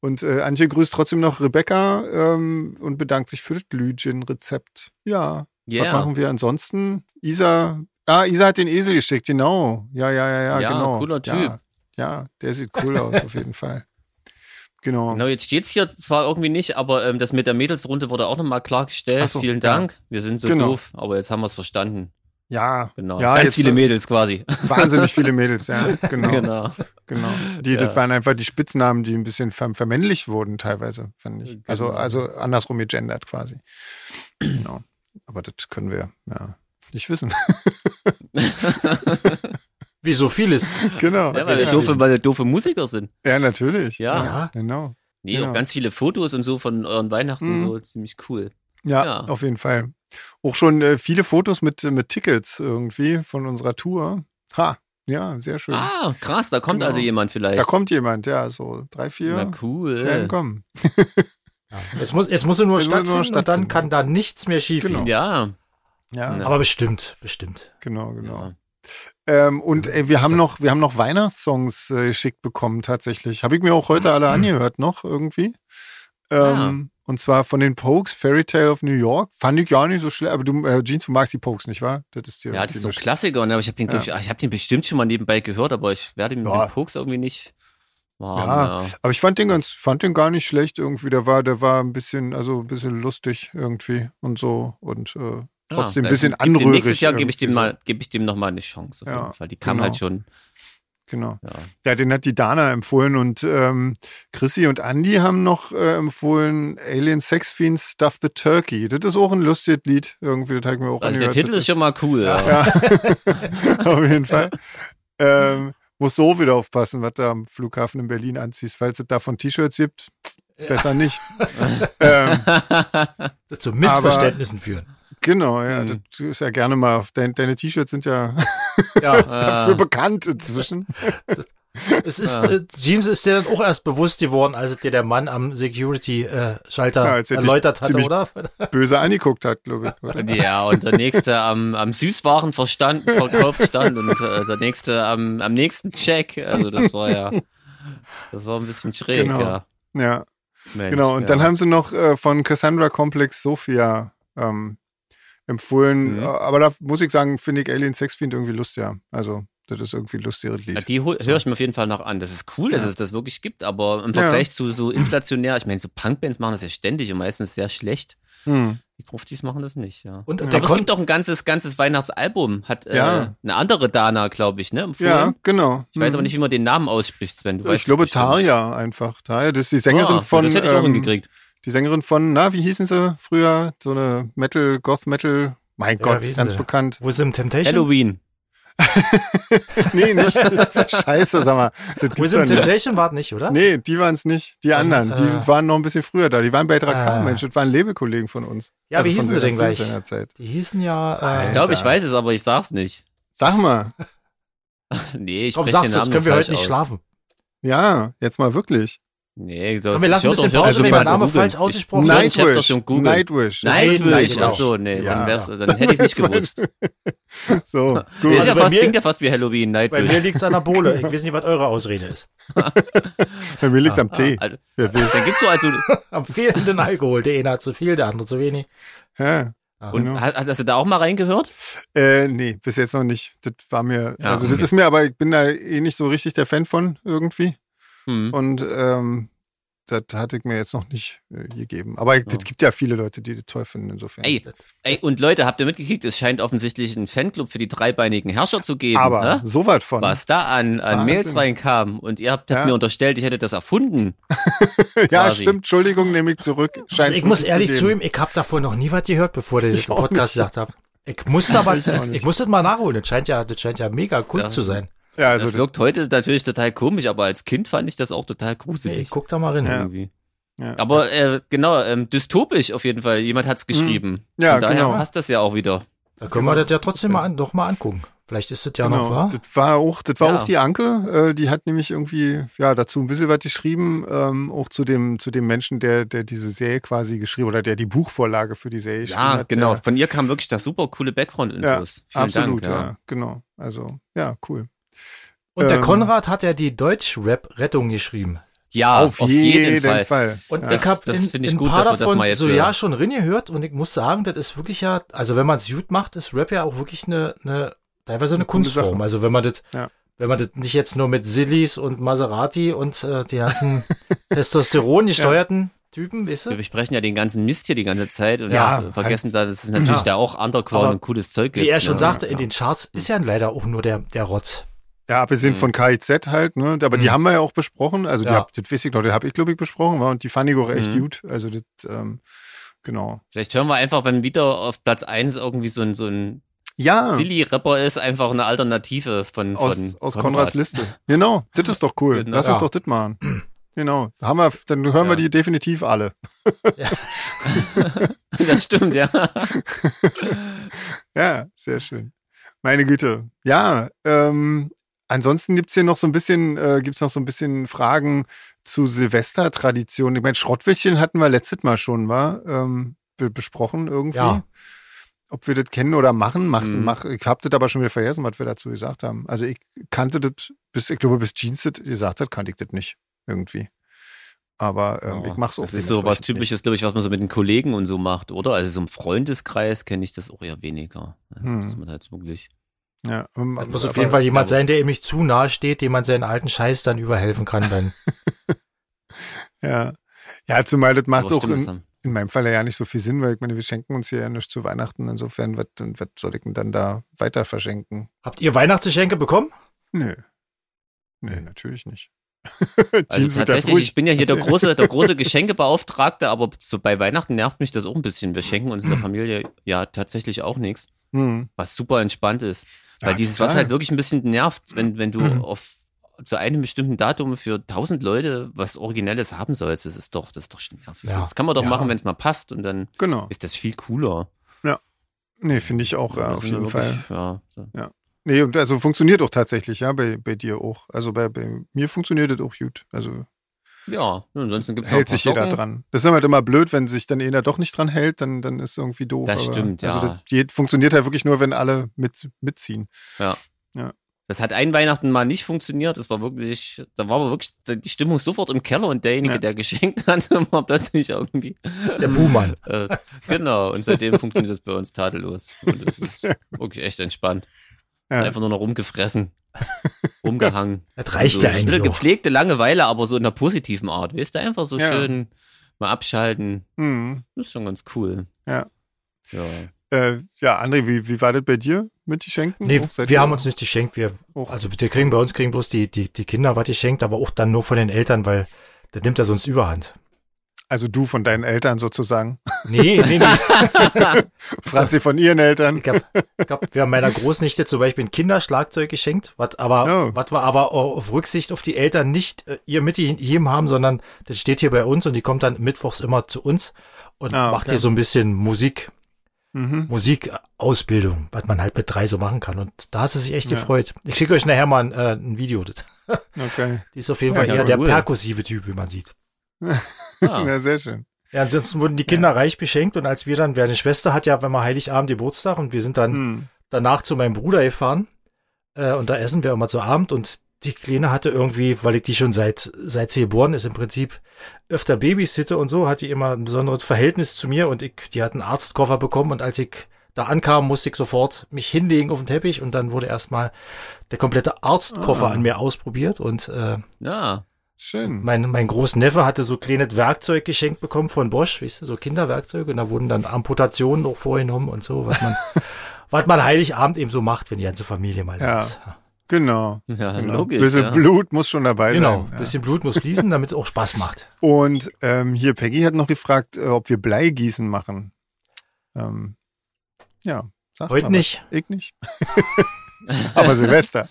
A: Und äh, Antje grüßt trotzdem noch Rebecca ähm, und bedankt sich für das Glühgin-Rezept. Ja, was
B: Yeah.
A: machen wir ansonsten? Isa, ah, Isa hat den Esel geschickt, genau. Ja, ja, ja, ja,
B: Ja,
A: genau.
B: cooler
A: Ja,
B: Typ. <laughs>
A: ja, der sieht cool aus, auf jeden Fall. Genau.
B: Genau, jetzt steht's hier zwar irgendwie nicht, aber ähm, das mit der Mädelsrunde wurde auch nochmal klargestellt.
A: Ach so,
B: Vielen
A: ja.
B: Dank. Wir sind so
A: Genau.
B: doof, aber jetzt haben wir's verstanden.
A: Ja,
B: Genau.
A: Ja,
B: Ganz
A: jetzt-
B: viele Mädels quasi.
A: wahnsinnig viele
B: <laughs>
A: Mädels, ja. Genau. genau.
B: genau.
A: Die,
B: Ja.
A: Das waren einfach die Spitznamen, die ein bisschen ver vermännlich wurden, teilweise, fand ich. Also,
B: Genau.
A: also andersrum gegendert quasi. Genau. Aber das können wir ja nicht wissen. <laughs>
C: Wie so vieles.
A: genau.
B: Ja, weil, wir
C: Ja.
B: doofe, weil wir doofe Musiker sind.
A: Ja, natürlich.
B: Ja.
C: Ja.
A: Genau.
B: Nee,
A: Genau.
B: auch ganz viele Fotos und so von euren Weihnachten,
A: Mhm.
B: so ziemlich cool.
A: Ja,
B: Ja.
A: auf jeden Fall. Auch schon äh, viele Fotos mit, äh, mit Tickets irgendwie von unserer Tour. Ha, ja, sehr schön.
B: Ah, krass, da kommt
A: Genau.
B: also jemand vielleicht.
A: Da kommt jemand, ja, so drei, vier
B: Na cool.
A: werden kommen.
C: Es muss, es muss nur
A: Es muss nur
C: stattfinden, und
A: stattfinden.
C: dann kann da nichts mehr schief
A: Genau.
C: gehen.
B: Ja, ne.
A: Ja,
B: Ja.
C: Aber bestimmt, bestimmt.
A: genau, genau.
B: ja.
A: Ähm, und äh, wir haben
C: So.
A: noch, wir haben noch Weihnachtssongs äh, geschickt bekommen tatsächlich. Habe ich mir auch heute alle angehört noch irgendwie.
B: Ah.
A: Ähm, Und zwar von den Pokes, Fairy Tale of New York. Fand ich gar nicht so schlecht. Aber du, äh, Jeans, du magst die Pokes, nicht wahr? Das ist dir
B: Ja, das ist so ein
A: typisch.
B: Klassiker, ne? aber ich habe den, glaub ich, ich hab den bestimmt schon mal nebenbei gehört, aber ich werde ihn
A: Ja.
B: mit Pokes irgendwie nicht warm.
A: Ja.
B: Ja.
A: Aber ich fand den ganz, fand den gar nicht schlecht irgendwie. Der war, der war ein bisschen, also ein bisschen lustig irgendwie und so und äh, trotzdem
B: also
A: ein bisschen
B: gib dem-
A: anrührig.
B: Nächstes Jahr gebe ich dem
A: irgendwie
B: mal, gebe ich dem noch mal eine Chance. Auf
A: Ja,
B: jeden Fall. Die kam
A: genau.
B: halt schon.
A: so. Genau.
B: Ja.
A: Ja, den hat die Dana empfohlen und ähm, Chrissy und Andy haben noch äh, empfohlen Alien Sex Fiend Stuff the Turkey. Das ist auch ein lustiges Lied irgendwie. Das hat mir auch
B: Also der
A: angehört.
B: Titel
A: Das
B: ist schon mal
A: <laughs>
B: cool. Ja.
A: Ja, <laughs> auf jeden Fall. ähm, muss so wieder aufpassen, was du am Flughafen in Berlin anziehst. Falls es davon T-Shirts gibt,
B: <laughs>
A: besser nicht. ähm,
C: Das zu Missverständnissen führen.
A: Genau, ja,
B: Mhm.
A: das ist ja gerne mal. Deine, deine T-Shirts sind ja
C: Ja,
A: <laughs> dafür
B: Äh,
A: bekannt inzwischen.
C: es ist,
B: Ja.
C: äh, Jeans ist dir dann auch erst bewusst geworden, als es dir der Mann am
A: Ja,
C: Security-Schalter
A: als er dich
C: erläutert hatte,
A: ziemlich-
C: oder?
B: <laughs>
A: Böse angeguckt hat, glaube ich. Oder?
B: Äh, ja, und der nächste am, am Süßwarenverstand, Verkaufsstand und äh, der nächste am, am nächsten Check. Also das war ja, das war ein bisschen schräg,
A: Genau.
B: ja.
A: Ja,
B: Mensch,
A: genau. Und
B: ja.
A: dann haben sie noch äh, von Cassandra Complex Sophia ähm, empfohlen.
B: Mhm.
A: Äh, Aber da muss ich sagen, finde ich Alien Sex Fiend irgendwie lustiger. Also, das ist irgendwie ein lustigeres
B: Ja,
A: Lied.
B: die hol- höre ich mir auf jeden Fall noch an. Das ist cool, dass es das wirklich gibt, aber im Vergleich zu so inflationär, ich meine, so Punkbands machen das ja ständig und meistens sehr schlecht.
A: Hm.
B: Die Gruftis machen das nicht, ja.
C: Und
A: Ja.
C: der
B: Aber es
C: Kon
B: gibt auch ein ganzes, ganzes Weihnachtsalbum, hat äh,
A: Ja.
B: eine andere Dana, glaube ich, ne? Empfohlen.
A: Ja, genau.
B: Ich weiß
A: Hm.
B: aber nicht, wie man den Namen ausspricht, Sven. Du weißt
A: Ich glaube
B: es bestimmt.
A: Tarja einfach. Tarja, das ist die Sängerin
B: Ah,
A: von.
B: Das hätte ich auch
A: ähm,
B: hingekriegt.
A: Die Sängerin von, na, wie hießen sie früher? So eine Metal, Goth-Metal. Mein
C: Ja, wie
A: Gott,
C: hießen
A: ganz
C: sie?
A: bekannt.
C: Wisdom Temptation?
B: Halloween.
A: Nee, nicht. <laughs> Scheiße, sag mal. Das gibt's
C: Wisdom
A: doch nicht.
C: Temptation war es nicht, oder?
A: Nee, die waren es nicht. Die anderen.
C: Ah.
A: Die waren noch ein bisschen früher da. Die waren bei 3K,
C: Ah.
A: Mensch. Das waren Lebekollegen von uns. Also
C: Ja, wie
A: von
C: hießen sie denn
A: Serafin
C: gleich?
A: seiner Zeit.
C: Die hießen ja. Äh,
B: Ah, Ich
A: Alter.
B: glaube, ich weiß es, aber ich sag's nicht. <laughs>
A: Sag mal.
B: Nee, ich
C: Komm, sagst du,
B: spreche den Namen
C: sonst können wir
B: falsch
C: heute nicht
B: aus. <laughs>
C: schlafen.
A: Ja, jetzt mal wirklich.
B: Nee,
C: Komm, wir lassen ein bisschen Pause,
A: wenn der
C: Name falsch ausgesprochen
B: ist.
C: Sonst
A: Nightwish.
B: Ich hab Oh, doch schon googeln.
A: Nightwish.
C: Nightwish,
B: Nightwish,
C: genau.
B: ach so, nee,
A: Ja.
B: dann, wär's,
A: <laughs>
B: dann hätte ich nicht
A: Weiß man-
B: gewusst.
A: <laughs> So,
B: Nee,
A: gut.
B: ist
C: Also
B: ja
C: bei
B: fast,
C: mir-
B: klingt ja fast wie Halloween,
C: Bei mir
B: Nightwish.
C: liegt es an der Bohle. Ich weiß nicht, was eure Ausrede ist.
A: Bei mir liegt's am Tee.
B: Also,
A: Wer will. Genau.
B: dann gibt's so also,
C: Am fehlenden Alkohol. Der eine hat zu viel, der andere zu wenig.
A: Ja.
C: Ah.
B: und
A: Genau.
B: hast, hast du da auch mal reingehört?
A: Äh, nee, bis jetzt noch nicht. Das war mir,
B: Ja,
A: also das
B: okay.
A: ist mir, aber ich bin da eh nicht so richtig der Fan von irgendwie.
B: Hm.
A: Und ähm, das hatte ich mir jetzt noch nicht äh, gegeben. Aber es
B: Ja.
A: gibt ja viele Leute, die das toll finden, insofern.
B: Ey, ey, und Leute, habt ihr mitgekriegt, es scheint offensichtlich einen Fanclub für die dreibeinigen Herrscher zu geben.
A: Aber
B: hä?
A: so weit von.
B: ne? Was da an, an
A: Wahnsinn.
B: Mails reinkam und ihr habt, habt
A: Ja.
B: mir unterstellt, ich hätte das erfunden.
A: <laughs> ja,
B: quasi.
A: stimmt, Entschuldigung, nehme ich zurück.
C: Also
A: Scheint's
C: ich muss
A: wirklich
C: ehrlich
A: geben.
C: zu ihm, ich habe davor noch nie was gehört, bevor der den
A: auch
C: Podcast
A: nicht.
C: gesagt hat. Ich muss aber, ich,
A: auch nicht.
C: muss das mal nachholen. Das scheint ja, das scheint ja mega cool
B: Ja.
C: zu sein.
A: Ja, also
B: das wirkt heute natürlich total komisch, aber als Kind fand ich das auch total
C: Nee,
B: gruselig.
C: ich guck da mal rein.
A: Ja.
B: irgendwie.
A: Ja. Mhm.
B: Aber äh, genau, ähm, dystopisch auf jeden Fall. Jemand hat's geschrieben.
A: Ja,
B: Von daher
A: genau.
B: passt das ja auch wieder.
C: Da können wir das ja trotzdem mal an, doch mal angucken. Vielleicht ist das ja noch
A: genau.
C: wahr.
A: Das war auch, das war
B: Ja.
A: auch die Anke. Äh, die hat nämlich irgendwie ja dazu ein bisschen was geschrieben, ähm, auch zu dem zu dem Menschen, der der diese Serie quasi geschrieben oder der die Buchvorlage für die Serie geschrieben
B: ja,
A: hat.
B: genau.
A: Der,
B: Von ihr kam wirklich das super coole Background-Infos. Vielen
A: absolut,
B: Dank.
A: ja. genau. Also ja, cool.
C: Und der
A: Ähm.
C: Konrad hat ja die Deutsch-Rap-Rettung geschrieben.
B: Ja, Ah, auf, jeden, Fall.
C: Und
A: Ja.
C: ich habe
B: Das
C: in,
B: find ich
C: in
B: gut,
C: paar
B: dass wir das
C: davon
B: mal jetzt
C: so
B: hören.
C: ja schon rin gehört und ich muss sagen, das ist wirklich ja, also wenn man es gut macht, ist Rap ja auch wirklich eine, eine teilweise eine
A: Eine coole
C: Kunstform.
A: Sache.
C: Also wenn man das
A: Ja.
C: Wenn man das nicht jetzt nur mit Sillis und Maserati und äh, die
B: <laughs>
C: ganzen Testosteron gesteuerten Typen, weißt
B: Wir
C: du?
B: besprechen ja den ganzen Mist hier die ganze Zeit und
C: Ja,
B: ja, vergessen da, dass es natürlich
C: Ja.
B: da auch Underground
C: Aber
B: und cooles Zeug gibt.
C: Wie er schon
B: ne?
C: sagte,
B: ja.
C: in den Charts ist ja leider auch nur der, der Rotz.
A: Ja, abgesehen
B: Mhm.
A: von KIZ halt, ne? Aber die
C: Mhm.
A: haben wir ja auch besprochen. Also die
C: Ja.
A: hab, das weiß ich noch, das habe ich, glaube ich, besprochen. War, und die fand ich auch echt
B: Mhm.
A: gut. Also das, ähm, genau.
B: Vielleicht hören wir einfach, wenn wieder auf Platz 1 irgendwie so ein, so ein
A: Ja,
B: Silly-Rapper ist, einfach eine Alternative von,
A: Ah. aus,
B: von
A: aus Konrads
B: <laughs>
A: Liste. Genau, das ist doch cool.
B: Genau.
A: Lass
C: Ja.
A: uns doch das machen. Genau. Haben wir, dann hören wir
B: Ja.
A: die definitiv alle.
B: <laughs> Das stimmt, ja.
A: Ja, sehr schön. Meine Güte. Ja, ähm, ansonsten gibt's hier noch so ein bisschen, äh, gibt's noch so ein bisschen Fragen zu Silvestertraditionen. Ich meine, Schrottwichteln hatten wir letztes Mal schon, war ähm, be- besprochen irgendwie.
C: Ja.
A: Ob wir das kennen oder machen, mach,
B: Mhm.
A: mach, ich hab das aber schon wieder vergessen, was wir dazu gesagt haben. Also ich kannte das, bis, ich glaube, bis Jeans das gesagt hat, kannte ich das nicht irgendwie. Aber ähm, ich mach's auch
B: Oh, Das ist so was
A: dementsprechend nicht.
B: Typisches, glaube ich, was man so mit den Kollegen und so macht, oder? Also so im Freundeskreis kenne ich das auch eher weniger.
A: Hm.
B: Dass man da jetzt wirklich.
A: Ja, ähm,
C: Das muss auf
A: aber-
C: jeden Fall jemand
B: aber-
C: sein, der ihm nicht zu nahe steht, dem man seinen alten Scheiß dann überhelfen kann. Dann.
B: <laughs>
A: Ja. ja, zumal das macht
B: Aber
A: auch
B: stimmt,
A: in,
B: das haben-
A: in meinem Fall ja nicht so viel Sinn, weil ich meine, wir schenken uns hier ja nichts zu Weihnachten. Insofern, was, denn- was soll ich denn dann da weiter verschenken?
C: Habt ihr Weihnachtsgeschenke bekommen?
A: Nö. Nö, natürlich
B: <laughs>
A: nicht.
B: Hm. Also
A: Jeans wird ja
B: tatsächlich, ich
A: ruhig.
B: bin ja hier der
A: Erzähl.
B: große, der
A: <laughs>
B: große Geschenkebeauftragte, aber so bei Weihnachten nervt mich das auch ein bisschen. Wir schenken uns in
A: <clears throat>
B: der Familie ja tatsächlich auch nichts.
A: Hm.
B: was super entspannt ist.
A: Ja,
B: Weil dieses,
A: total.
B: was halt wirklich ein bisschen nervt, wenn, wenn
A: <clears throat>
B: du auf zu einem bestimmten Datum für tausend Leute was Originelles haben sollst, das ist doch, das ist doch schon nervig.
C: Ja.
B: Das kann man doch
A: Ja.
B: machen, wenn es mal passt und dann
A: Genau.
B: ist das viel cooler.
A: Nee, finde ich auch, ja,
B: Das
A: auf
B: sind wir
A: jeden Fall.
B: wirklich- Ja, so.
A: Nee, und also funktioniert auch tatsächlich, ja, bei, bei dir auch. Also bei, bei mir funktioniert das auch gut. Also
B: ja und ansonsten gibt es
A: hält sich jeder dran. Das ist dann halt immer blöd, wenn sich dann einer doch nicht dran hält, dann, dann ist irgendwie doof.
B: Das stimmt, ja.
A: Also das je- funktioniert halt wirklich nur, wenn alle mit, mitziehen.
B: Das hat ein Weihnachten mal nicht funktioniert. Das war wirklich, da war aber wirklich die Stimmung sofort im Keller und derjenige,
A: Ja.
B: der geschenkt hat, <laughs> war plötzlich irgendwie.
C: Der Buhmann.
B: Äh, genau, und seitdem funktioniert das bei uns tadellos. Und das
A: <laughs>
B: ist
A: Sehr
B: wirklich echt entspannt.
A: Ja.
B: Einfach nur noch
A: <laughs>
B: rumgefressen, rumgehangen.
C: Das reicht
B: so,
C: ja
B: eine
C: eigentlich auch.
B: Gepflegte Langeweile, aber so in einer positiven Art. Weißt du, einfach so
A: Ja.
B: schön mal abschalten.
A: Mhm.
B: Das ist schon ganz cool.
A: Ja. <laughs>
B: Ja.
A: Äh, ja, André, wie, wie war das bei dir mit Geschenken?
C: Nee,
A: Auch seid
C: wir
A: ihr-
C: haben uns nicht geschenkt. Wir,
A: Auch.
C: also wir kriegen bei uns kriegen bloß die, die, die Kinder was geschenkt, aber auch dann nur von den Eltern, weil das nimmt ja sonst überhand.
A: Also du von deinen Eltern sozusagen. <laughs>
C: Nee, nee, nee.
A: Franzi von ihren Eltern.
C: Ich hab, ich hab, wir haben meiner Großnichte zum Beispiel ein Kinderschlagzeug geschenkt, was aber,
A: Oh.
C: was wir aber au- auf Rücksicht auf die Eltern nicht äh, ihr mitgegeben haben, sondern das steht hier bei uns und die kommt dann mittwochs immer zu uns und
A: Ah,
C: macht
A: okay.
C: hier so ein bisschen Musik,
A: Mhm.
C: Musikausbildung, was man halt mit drei so machen kann. Und da hat sie sich echt
A: Ja.
C: gefreut. Ich schicke euch nachher mal ein, äh, ein Video. Das-
A: Okay.
C: Die ist auf jeden
A: Ja,
C: Fall
A: ja,
C: eher der
B: cool.
C: perkussive Typ, wie man sieht.
B: Ah.
A: Ja, sehr schön.
C: Ja, ansonsten wurden die Kinder reich beschenkt und als wir dann, wer eine Schwester hat ja, wenn man Heiligabend Geburtstag und wir sind dann
A: Mhm.
C: danach zu meinem Bruder gefahren äh, und da essen wir immer zu Abend und die Kleine hatte irgendwie, weil ich die schon seit, seit sie geboren ist, im Prinzip öfter Babysitte und so, hat die immer ein besonderes Verhältnis zu mir und ich, die hat einen Arztkoffer bekommen und als ich da ankam, musste ich sofort mich hinlegen auf den Teppich und dann wurde erstmal der komplette Arztkoffer
A: Ah.
C: an mir ausprobiert und äh,
B: ja.
A: Schön.
C: mein, mein großen Neffe hatte so kleines Werkzeug geschenkt bekommen von Bosch, weißt du, so Kinderwerkzeuge. Und da wurden dann Amputationen auch vorgenommen und so,
A: <laughs>
C: was man, was man Heiligabend eben so macht, wenn die ganze Familie mal
A: Ja,
C: da ist.
A: Genau.
B: Ja,
A: genau.
B: logisch.
A: bisschen
B: ja.
A: Blut muss schon dabei
C: Genau,
A: sein.
C: ein
A: Ja.
C: bisschen Blut muss fließen, damit es auch Spaß macht.
A: Und ähm, hier Peggy hat noch gefragt, äh, ob wir Bleigießen machen. Ähm, ja. sag
C: Heute
A: mal was.
C: nicht.
A: Ich nicht. <laughs> Aber Silvester.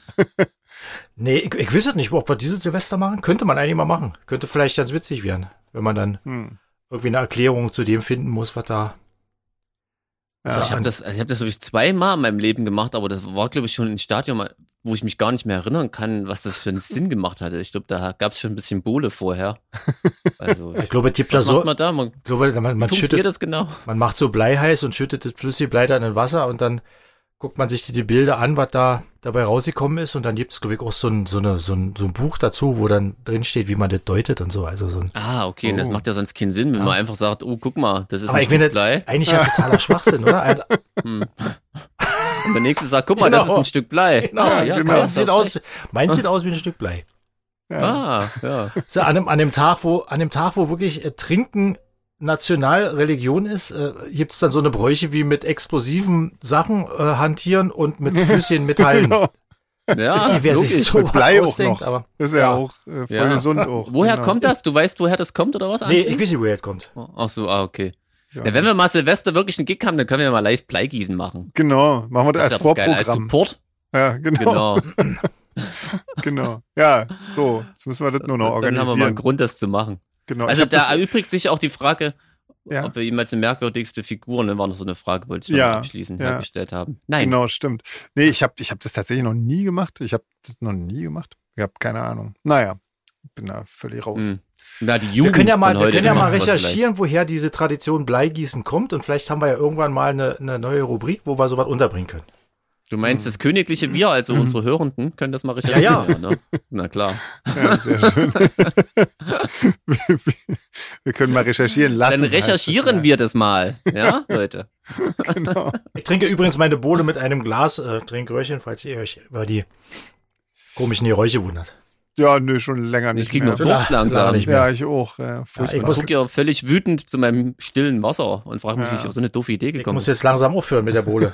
C: Nee, ich, ich weiß es nicht, ob wir dieses Silvester machen. Könnte man eigentlich mal machen. Könnte vielleicht ganz witzig werden, wenn man dann <laughs>
A: Hm.
C: irgendwie eine Erklärung zu dem finden muss, was da.
A: Ja.
B: Ich habe das, also ich hab das glaube ich, zweimal in meinem Leben gemacht, aber das war, glaube ich, schon ein Stadium, wo ich mich gar nicht mehr erinnern kann, was das für einen Sinn gemacht hatte. Ich glaube, da gab es schon ein bisschen
C: <laughs>
B: Bohle vorher. Also,
C: Ich glaube, es gibt da
B: was
C: so.
B: macht man da? Man,
C: ich glaube, man, man schüttet
B: funktioniert das genau?
C: Man macht so Blei heiß und schüttet das flüssige Blei dann in Wasser und dann guckt man sich die, die Bilder an, was da dabei rausgekommen ist. Und dann gibt's glaub glaube ich, auch so ein, so, eine, so, ein, so ein Buch dazu, wo dann drin steht, wie man das deutet und so. Also so ein,
B: Ah, okay,
A: Oh.
B: das macht ja sonst keinen Sinn, wenn man einfach sagt, oh, guck mal, das ist
C: Ah. Aber
B: ein
C: ich meine,
B: Stück Blei.
C: eigentlich ja totaler Schwachsinn, oder? Ein-
B: Hm. Und der nächste sagt, guck mal, das ist
C: Genau.
B: ein Stück Blei.
C: Genau,
B: ah, ja,
A: genau.
B: krass,
C: meins, sieht
B: das-
C: aus, meins sieht aus wie ein Stück Blei.
A: Ja.
B: Ah, ja.
C: So, an, dem, an dem Tag, wo, an dem Tag, wo wirklich äh, Trinken Nationalreligion ist, äh, gibt's dann so eine Bräuche wie mit explosiven Sachen äh, hantieren und mit Flüsschen Metallen.
A: Genau.
B: Ja,
C: <laughs> Ich weiß nicht, wer
B: Ah, logisch.
C: sich so
A: Mit Blei
C: was
A: auch
C: ausdenkt,
A: noch.
C: aber.
A: Das ist ja,
C: Ja.
A: auch äh, voll
B: Ja.
A: gesund auch.
B: Woher
A: Genau.
B: kommt das? Du weißt, woher das kommt oder was?
C: Nee,
B: André?
C: ich weiß nicht, woher das kommt.
B: Ach so, ah, okay.
A: Ja.
B: Na, wenn wir mal Silvester wirklich einen Gig haben, dann können wir mal live Bleigießen machen.
A: Genau, machen wir das, als
B: wär doch geil, als
A: Vorprogramm.
B: Support.
A: ja, <laughs> genau,
B: <laughs> Genau.
A: <laughs> genau. Ja, so, jetzt müssen wir das nur noch
B: Dann haben wir mal einen
A: organisieren.
B: Grund, das zu machen.
A: Genau.
B: Also
A: ich hab
B: da Oh, erübrigt sich auch die Frage,
A: Ja.
B: ob wir jemals eine merkwürdigste Figur, ne, war noch so eine Frage, wollte ich schon
A: Ja,
B: abschließen,
A: ja.
B: hergestellt haben. Nein,
A: Genau, stimmt. Nee, ich habe ich hab das tatsächlich noch nie gemacht. Ich habe das noch nie gemacht. Ich habe keine Ahnung. Naja, bin da völlig raus.
B: Hm. Na, die
C: Wir
B: Jugend
C: können ja mal,
B: von
C: wir
B: heute
C: können ja mal
B: macht sowas
C: recherchieren, woher diese Tradition Bleigießen kommt und vielleicht haben wir ja irgendwann mal eine, eine neue Rubrik, wo wir sowas unterbringen können.
B: vielleicht. Du meinst das königliche Wir, also
A: Mhm.
B: unsere Hörenden, können das mal recherchieren.
C: Ja, ja.
B: ne? Na klar.
A: Ja,
B: <laughs>
A: sehr schön. <laughs> wir, wir können mal recherchieren lassen.
B: Dann recherchieren
A: heißt
B: wir das mal, ja,
A: <laughs>
B: Leute.
A: das, ja. Genau.
C: Ich trinke übrigens meine Bohle mit einem Glas äh, Trinkröhrchen, falls ihr euch über die komischen Geräusche wundert.
A: Ja, nö, schon länger
B: Ich
A: nicht
B: krieg
A: mehr.
B: nur Durst
C: Klar,
B: langsam.
C: klar nicht
B: Ich
C: mehr.
A: ja, ich auch. Ja, furchtbar.
C: ich muss-
B: gucke ja völlig wütend zu meinem stillen Wasser und frage mich,
A: Ja.
B: wie ich auf so eine doofe Idee
C: Ich
B: gekommen
C: muss
B: bin.
C: jetzt langsam aufhören mit der
A: <laughs>
C: Bohle.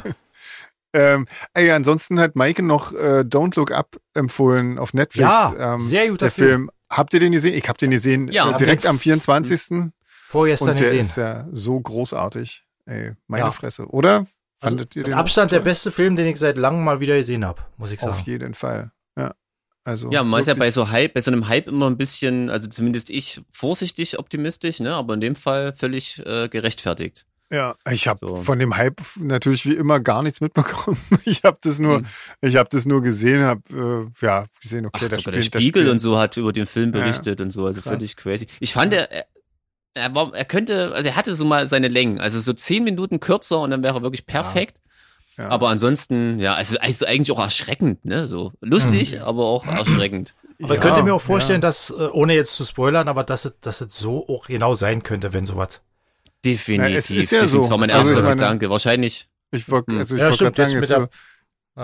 A: ähm, ey, ansonsten hat Maike noch äh, Don't Look Up empfohlen auf Netflix.
C: Ja,
A: ähm,
C: sehr guter
A: der Film. Habt ihr den gesehen? Ich habe den gesehen
B: Ja,
A: äh,
B: hab
A: direkt
C: den
A: am
C: f-
A: 24.
C: Vorgestern
A: Und der
C: gesehen.
A: ist äh, ja so großartig. Ey, meine
C: Ja.
A: Fresse. Oder?
C: Also,
A: Fandet ihr
C: mit
A: den
C: Abstand
A: auch
C: der beste Film, den ich seit langem mal wieder gesehen habe, muss ich
A: toll? Auf
C: sagen.
A: jeden Fall. Ja. Also
B: Ja, man ist ja bei
A: wirklich-
B: so Hype, bei so einem Hype immer ein bisschen, also zumindest ich, vorsichtig optimistisch, ne? aber in dem Fall völlig äh, gerechtfertigt.
A: Ja, ich habe
B: So.
A: von dem Hype natürlich wie immer gar nichts mitbekommen. <laughs> Ich habe das nur,
B: Hm.
A: ich habe das nur gesehen, habe äh, ja gesehen, okay,
B: Ach,
A: da
B: sogar der
A: spielt da
B: Spiegel
A: spielt-
B: und so hat über den Film
A: Ja,
B: berichtet und so, also
A: krass.
B: völlig crazy. Ich fand, er, er- er, war, er könnte, also er hatte so mal seine Längen, also so zehn Minuten kürzer und dann wäre er wirklich perfekt.
A: Ja.
B: Aber ansonsten, ja, also, also eigentlich auch erschreckend, ne? So lustig, aber auch erschreckend.
C: Aber ich
A: Mhm. <clears throat> Ja,
C: könnte mir auch vorstellen, dass, äh, ohne jetzt zu spoilern, aber dass es, dass es so auch genau sein könnte, wenn sowas.
B: Definitiv.
A: Ja, es ist ja
B: definitiv.
A: so.
B: Das war mein
A: Also,
B: erster
A: ich meine-
B: Gedanke. Wahrscheinlich.
A: Ich wollte
B: Hm.
A: also ich
C: Ja,
A: wollte
C: stimmt,
A: gerade sagen,
C: jetzt
A: es,
C: mit
A: so,
C: der-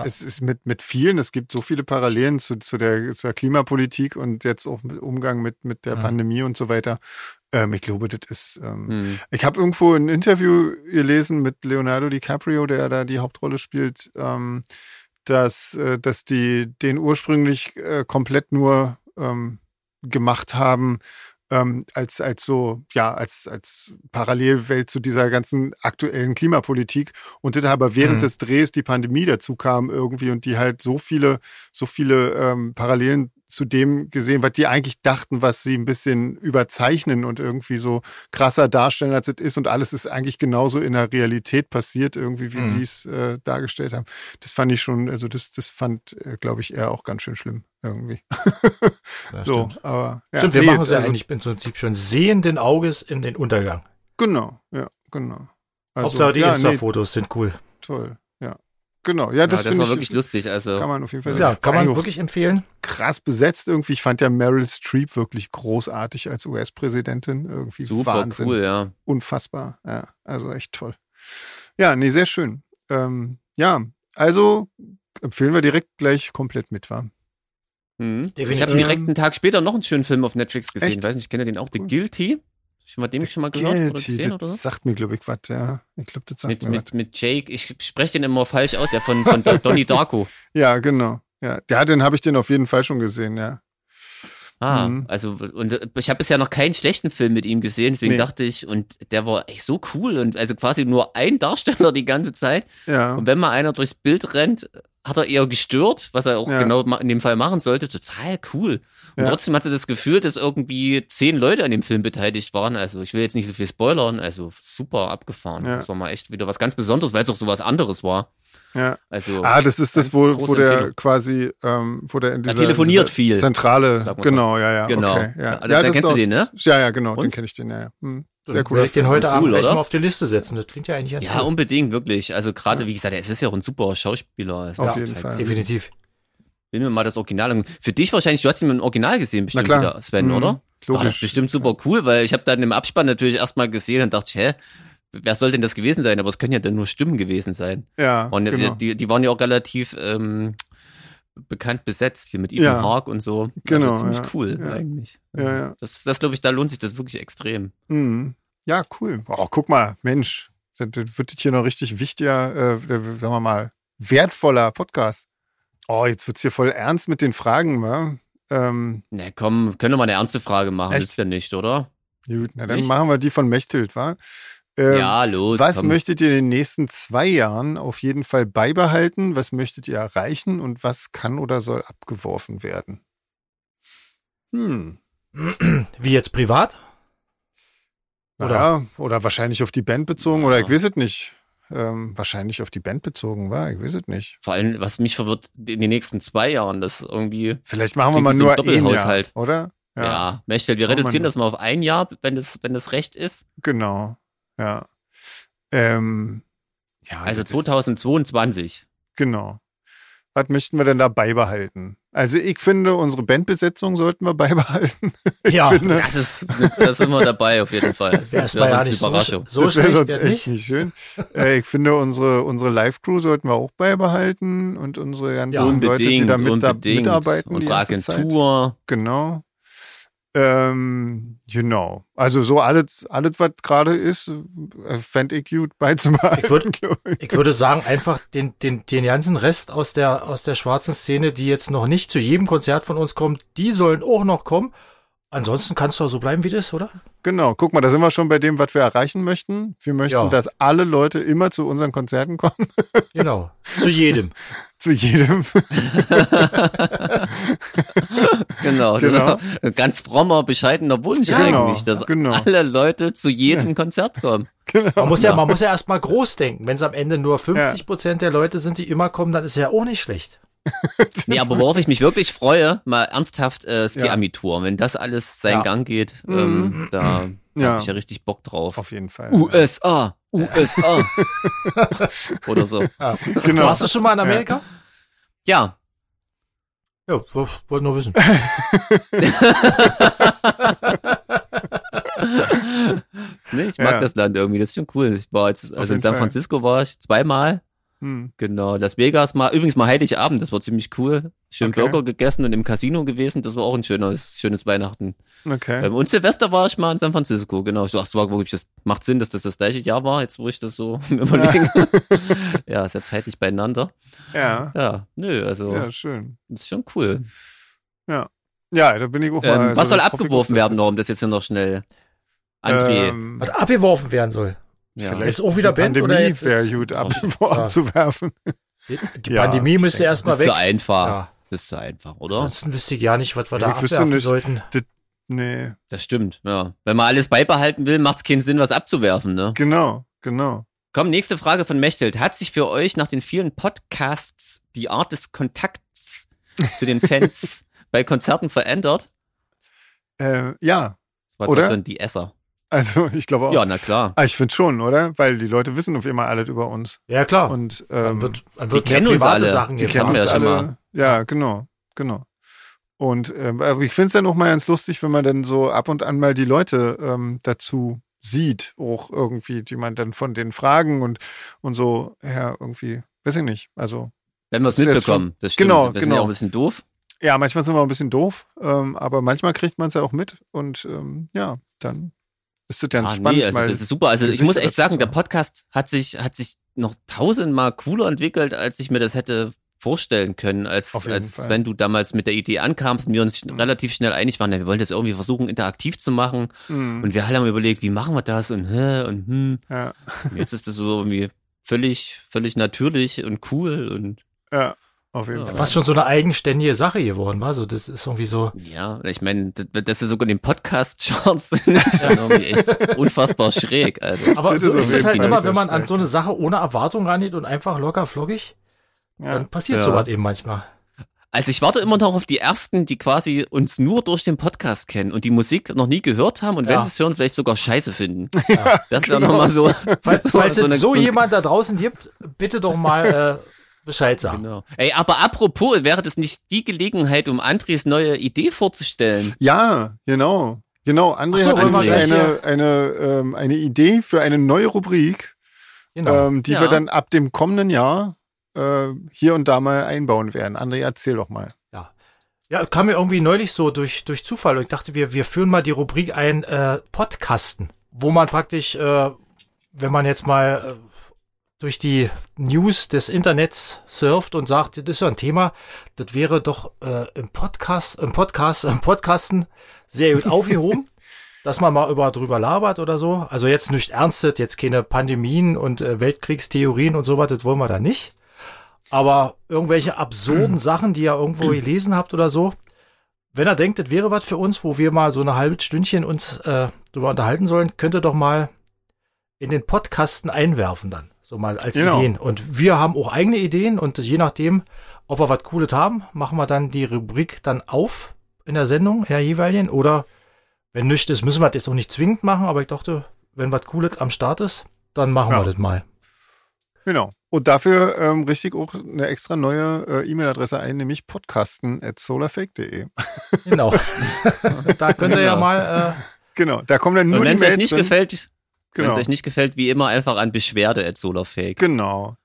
C: Ah. Ja.
A: es ist mit, mit vielen, es gibt so viele Parallelen zu, zu, der, zur Klimapolitik und jetzt auch mit Umgang mit, mit der
C: Ja.
A: Pandemie und so weiter. Ähm, ich glaube, das ist. Ähm,
B: Hm.
A: Ich habe irgendwo ein Interview gelesen mit Leonardo DiCaprio, der da die Hauptrolle spielt, ähm, dass, äh, dass die den ursprünglich äh, komplett nur ähm, gemacht haben, ähm, als, als so, ja, als, als Parallelwelt zu dieser ganzen aktuellen Klimapolitik. Und das aber während
C: Mhm.
A: des Drehs die Pandemie dazu kam irgendwie und die halt so viele, so viele ähm, Parallelen zu dem gesehen, was die eigentlich dachten, was sie ein bisschen überzeichnen und irgendwie so krasser darstellen, als es ist. Und alles ist eigentlich genauso in der Realität passiert, irgendwie, wie
C: Mhm.
A: die es äh, dargestellt haben. Das fand ich schon, also das, das fand, äh, glaube ich, er auch ganz schön schlimm
C: <laughs>
A: irgendwie.
C: Ja,
A: so,
C: Stimmt.
A: aber ja,
C: stimmt, wir
A: nee,
C: machen es ja
A: also-
C: eigentlich im Prinzip schon sehenden Auges in den Untergang.
A: Genau, ja, genau. Also,
C: Hauptsache die
A: ja, nee,
C: Insta-Fotos sind cool.
A: toll, ja. Genau, ja,
B: Ja, das,
A: das, finde
B: war
A: ich,
B: wirklich lustig. Also,
A: kann man auf jeden Fall
C: Ja, kann
A: Vor allem
C: man
A: auch
C: wirklich empfehlen.
A: krass besetzt irgendwie. Ich fand ja Meryl Streep wirklich großartig als US-Präsidentin. Irgendwie
B: super
A: Wahnsinn.
B: cool, ja.
A: Unfassbar, ja, also echt toll. Ja, nee, sehr schön. Ähm, ja, also empfehlen wir direkt gleich komplett mit, war.
B: Mhm. Ich
C: Definitiv.
B: habe direkt einen Tag später noch einen schönen Film auf Netflix gesehen.
A: Echt?
B: Ich weiß nicht, kennt ihr den auch? The
A: Cool.
B: Guilty? Schon mal dem schon mal gehört oder gesehen oder so?
A: das sagt mir, glaube ich, was, ja. Ich glaube, das sagt
B: Mit,
A: mir was.
B: mit, mit Jake, ich spreche den immer falsch aus, der von, von Don-
A: <laughs>
B: Donnie Darko.
A: Ja, genau. Ja, ja den habe ich den auf jeden Fall schon gesehen, ja.
B: Ah,
A: Mhm.
B: also und äh, ich habe bisher noch keinen schlechten Film mit ihm gesehen, deswegen
A: Nee.
B: dachte ich, und der war echt so cool und also quasi nur ein Darsteller <laughs> die ganze Zeit.
A: Ja.
B: Und wenn mal einer durchs Bild rennt, hat er eher gestört, was er auch
A: Ja.
B: genau ma- in dem Fall machen sollte. Total cool. Und
A: Ja.
B: trotzdem hat sie das Gefühl, dass irgendwie zehn Leute an dem Film beteiligt waren. Also ich will jetzt nicht so viel spoilern. Also super abgefahren.
A: Ja.
B: Das war mal echt wieder was ganz Besonderes, weil es auch sowas anderes war.
A: Ja.
B: Also
A: Ah, das ist das,
B: Ganz
A: wo, wo
B: große
A: der
B: Empfehlung.
A: quasi, ähm, wo der in
B: Er
A: dieser,
B: telefoniert
A: in dieser
B: viel,
A: Zentrale,
B: sag mal so.
A: genau, ja, ja,
B: genau.
A: okay, ja.
B: Also,
A: ja
B: da
A: das
B: kennst
A: ist
B: du
A: auch-
B: den, ne?
A: Ja, ja, genau, den
B: Und?
A: kenne ich den, ja, ja. Hm.
C: Dann
A: Sehr
C: Werde
A: cool.
C: ich den heute
B: Cool,
C: Abend gleich
B: oder?
C: mal auf die Liste setzen. Das klingt ja eigentlich ganz
B: Ja, um-
C: gut.
B: unbedingt, wirklich. Also gerade,
A: Ja.
B: wie gesagt, es ist ja auch ein super Schauspieler. Also
A: Auf
B: ja,
A: jeden Fall.
C: Definitiv.
B: Will mir mal das Original an. Für dich wahrscheinlich, du hast ihn im Original gesehen, bestimmt
A: klar.
B: wieder, Sven,
A: Mhm.
B: oder? War das
A: Logisch.
B: bestimmt super cool, weil ich habe dann im Abspann natürlich erstmal gesehen und dachte, hä, wer soll denn das gewesen sein? Aber es können ja dann nur Stimmen gewesen sein.
A: Ja,
B: Und äh,
A: genau.
B: die, die waren ja auch relativ ähm, bekannt besetzt hier mit Ethan
A: Ja.
B: Hawke und so.
A: Genau,
B: Also ziemlich
A: ja.
B: cool
A: Ja.
B: eigentlich.
A: Ja, ja.
B: Das, das glaube ich, da lohnt sich das wirklich extrem.
A: Mhm. Ja, cool. Oh, guck mal, Mensch, das, das wird jetzt hier noch richtig wichtiger, äh, sagen wir mal, wertvoller Podcast. Oh, jetzt wird's hier voll ernst mit den Fragen, wa? Ähm,
B: Na komm, können wir mal eine ernste Frage machen.
A: Echt?
B: Ist ja nicht, oder?
A: gut, na dann
B: Nicht?
A: machen wir die von Mechthild, wa? Ähm,
B: ja, los.
A: Was
B: komm.
A: möchtet ihr in den nächsten zwei Jahren auf jeden Fall beibehalten? Was möchtet ihr erreichen und was kann oder soll abgeworfen werden? Hm.
C: Wie jetzt privat?
A: Oder, ja, oder wahrscheinlich auf die Band bezogen, oder ich weiß es nicht. Ähm, wahrscheinlich auf die Band bezogen, war, ich weiß es nicht.
B: Vor allem, was mich verwirrt in den nächsten zwei Jahren, das irgendwie.
A: Vielleicht machen wir
B: Klingt
A: mal
B: wie so
A: nur
B: ein
A: ein Jahr,
B: Doppelhaushalt.
A: oder?
B: Ja, Mechtel, wir
A: Machen wir
B: reduzieren
A: nur.
B: das mal auf ein Jahr, wenn das, wenn das recht ist.
A: Genau. Ja. Ähm, ja
B: Also
A: das ist-
B: 2022.
A: Genau. Was möchten wir denn da beibehalten? Also ich finde, unsere Bandbesetzung sollten wir <laughs> beibehalten.
C: Ja,
A: finde-
B: Das ist, da sind wir dabei auf jeden Fall.
C: wäre es
B: Das wäre
C: mal ja
B: sonst eine
C: nicht so,
B: Überraschung.
C: so
A: das wäre
C: schlecht,
A: sonst
C: wär
A: echt
C: nicht.
A: nicht schön. äh, ich finde, unsere, unsere Live-Crew sollten wir auch beibehalten und unsere ganzen
C: Ja.
A: Leute, die da, mit, da
B: unbedingt.
A: mitarbeiten.
B: Unsere
A: die ganze Zeit.
B: Agentur.
A: Genau. Ähm, genau. Also so alles, alles was gerade ist, äh, fände ich gut beizubehalten.
C: Ich würd-
A: glaub ich.
C: Ich würde sagen, einfach den, den, den ganzen Rest aus der, aus der schwarzen Szene, die jetzt noch nicht zu jedem Konzert von uns kommt, die sollen auch noch kommen. Ansonsten kannst du auch so bleiben, wie das, ist, oder?
A: Genau, guck mal, da sind wir schon bei dem, was wir erreichen möchten. Wir möchten,
C: Ja.
A: dass alle Leute immer zu unseren Konzerten kommen. <laughs>
C: Genau. zu jedem.
A: zu jedem. <laughs>
B: Genau.
A: Genau.
B: Das ist <laughs> ein ganz frommer, bescheidener Wunsch
A: Genau,
B: eigentlich, dass
A: genau.
B: alle Leute zu jedem Konzert
A: <laughs>
B: kommen.
C: Man muss ja, man muss ja erstmal groß denken. Wenn es am Ende nur 50
A: Ja.
C: Prozent der Leute sind, die immer kommen, dann ist ja auch nicht schlecht.
B: Nee, aber worauf ich mich wirklich freue, mal ernsthaft, äh, ist die
A: Ja. Mhm.
B: Abitur. Wenn das alles seinen
C: Ja.
B: Gang geht, ähm, da
A: Ja.
B: habe ich ja richtig Bock drauf.
A: Auf jeden Fall.
B: Uh, äh, USA,
A: <laughs>
B: USA. Oder so.
A: Genau.
C: Warst du schon mal in Amerika?
B: Ja,
C: Ja, w- wollte nur wissen.
B: nee, ne, ich mag
A: Ja.
B: das Land irgendwie, das ist schon cool. Ich war jetzt, also in
A: jeden
B: San
A: Fall.
B: Francisco war ich zweimal,
A: Hm.
B: genau. Las Vegas mal, übrigens mal Heiligabend, das war ziemlich cool. Schön
A: Okay.
B: Burger gegessen und im Casino gewesen, das war auch ein schönes, schönes Weihnachten.
A: Okay.
B: Ähm, Und Silvester war ich mal in San Francisco, genau. Ich dachte, es war wirklich, das macht Sinn, dass das das gleiche Jahr war, jetzt wo ich das so <laughs> mir überlege.
A: <laughs>
B: ja, ist ja zeitlich beieinander.
A: ja.
B: Ja, nö, also,
A: Ja, schön.
B: das ist schon cool.
A: Ja, da bin ich auch mal.
B: Ähm,
A: also,
B: was soll
A: ich hoffe, ich
B: abgeworfen
A: wusste
B: werden,
A: das
B: Norm, das jetzt ja noch schnell?
A: jetzt.
B: André.
A: Ähm,
C: Was
A: <laughs>
C: abgeworfen werden soll.
B: ja.
A: Vielleicht
C: Jetzt auch wieder
A: die
C: Band
A: Pandemie
C: oder jetzt-
A: wäre gut ab, abzuwerfen.
C: Die, die
A: Ja,
C: Pandemie
A: ich
C: müsste
A: denke,
B: Das
C: erstmal
B: ist zu
C: weg.
B: einfach.
C: Ja.
B: Das ist zu einfach, oder?
C: Ansonsten wüsste ich ja nicht, was wir
A: Ja,
C: da
A: ich wüsste
C: abwerfen
A: nicht.
C: sollten.
A: Nee,
B: Das stimmt, ja. Wenn man alles beibehalten will, macht es keinen Sinn, was abzuwerfen, ne?
A: genau, genau.
B: Komm, nächste Frage von Mechtelt. Hat sich für euch nach den vielen Podcasts die Art des Kontakts zu den
A: <laughs>
B: Fans bei Konzerten verändert?
A: Äh, ja,
B: Was
A: Oder?
B: denn die Esser?
A: also ich glaube auch.
B: Ja, na klar.
A: Ah, ich finde schon, oder? Weil die Leute wissen auf immer alles über uns.
C: Ja,
B: Ah,
C: klar.
A: Und
C: dann
A: ähm,
C: wird, dann
B: die
C: wird mehr
B: kennen uns
C: private
B: alle.
C: Sachen
B: Die
A: die
B: das
A: kennen
B: hatten
A: uns
B: wir
C: gefragt.
B: ja schon
A: alle.
B: mal.
A: Ja, genau, genau. Und ähm, aber ich finde es dann auch mal ganz lustig, wenn man dann so ab und an mal die Leute ähm, dazu sieht, auch irgendwie, die man dann von den Fragen und, und so, ja, irgendwie, weiß ich nicht. Also,
B: Wenn wir es
A: Das ist
B: mitbekommen. Das stimmt.
A: Genau,
B: wir sind ja
A: genau.
B: auch ein bisschen doof. Ah,
A: ja, manchmal sind wir ein bisschen doof, ähm, aber manchmal kriegt man es ja auch mit und ähm, ja, dann ist es dann
B: Ah,
A: spannend.
B: nee, also
A: mal
B: das ist super. Also ich
A: Gesichter
B: muss echt
A: dazu
B: sagen, der
A: sagen.
B: Podcast hat sich, hat sich noch tausendmal cooler entwickelt, als ich mir das hätte vorstellen können, als,
A: Auf jeden
B: als
A: Fall.
B: wenn du damals mit der Idee ankamst und wir uns relativ schnell einig waren, ja, wir wollen das irgendwie versuchen, interaktiv zu machen.
A: Mhm.
B: Und wir alle haben überlegt, wie machen wir das und hä und hm.
A: ja,
B: Und Jetzt ist das so irgendwie völlig, völlig natürlich und cool und
A: ja, auf jeden
B: Ja.
A: Fall.
C: Fast schon so eine eigenständige Sache geworden, war so. Das ist irgendwie
B: <laughs>
C: so.
B: ja, ich meine, d- dass wir sogar in den Podcast-Charts sind, <laughs> ist schon irgendwie echt unfassbar schräg. Also,
C: Aber
A: Das
C: so ist
A: ist auf
C: es
A: jeden
C: halt
A: Fall
C: immer,
A: sehr
C: wenn man an
A: stark,
C: so eine Sache ohne Erwartung rangeht und einfach locker flockig,
A: Ja.
C: dann passiert
B: Ja.
C: sowas eben manchmal.
B: also ich warte immer noch auf die ersten, die quasi uns nur durch den Podcast kennen und die Musik noch nie gehört haben und wenn
C: Ja.
B: sie es hören, vielleicht sogar scheiße finden.
C: Ja. Genau.
B: Das wäre nochmal so. <laughs>
C: Falls,
B: so-
C: falls
B: so
C: es
B: eine-
C: so
B: ein-
C: jemand da draußen gibt, bitte doch mal äh, Bescheid sagen.
B: Genau. Ey, aber apropos, wäre das nicht die Gelegenheit, um Andres neue Idee vorzustellen?
A: Ja, genau. Genau, André
C: Ach so,
A: hat
B: wollen wir
A: nämlich
B: gleich
A: eine, eine, ähm, eine Idee für eine neue Rubrik,
C: Genau.
A: ähm, die
B: Ja.
A: wir dann ab dem kommenden Jahr äh, hier und da mal einbauen werden. André, erzähl doch mal.
C: Ja, kam mir irgendwie neulich so durch, durch Zufall und ich dachte, wir, wir führen mal die Rubrik ein, äh, Podcasten, wo man praktisch, äh, wenn man jetzt mal äh, durch die News des Internets surft und sagt, das ist ja ein Thema, das wäre doch äh, im Podcast, im Podcast, im Podcasten sehr
B: <laughs>
C: gut aufgehoben, dass man mal über drüber labert oder so. Also jetzt nicht ernstet, jetzt keine Pandemien und äh, Weltkriegstheorien und sowas, das wollen wir da nicht. Aber irgendwelche absurden Sachen, die ihr irgendwo gelesen habt oder so, wenn ihr denkt, das wäre was für uns, wo wir mal so eine halbe Stündchen uns äh, drüber unterhalten sollen, könnt ihr doch mal in den Podcasten einwerfen dann. So mal als
A: Genau.
C: Ideen. Und wir haben auch eigene Ideen und je nachdem, ob wir was Cooles haben, machen wir dann die Rubrik dann auf in der Sendung, der jeweiligen. Oder wenn nicht ist, müssen wir das jetzt auch nicht zwingend machen, aber ich dachte, wenn was Cooles am Start ist, dann machen
A: Ja.
C: wir das mal.
A: Genau. Und dafür ähm, richtig auch eine extra neue äh, E-Mail-Adresse ein, nämlich podcasten.solarfake.de.
C: Genau. da könnt ihr ja
B: Genau.
C: mal äh,
A: <laughs> Genau, da kommen dann nur
B: Und
A: die
B: wenn es euch
A: Mails.
B: nicht
A: drin.
B: gefällt, wenn
A: genau.
B: es euch nicht gefällt, wie immer einfach an Beschwerde at Solarfake.
A: genau.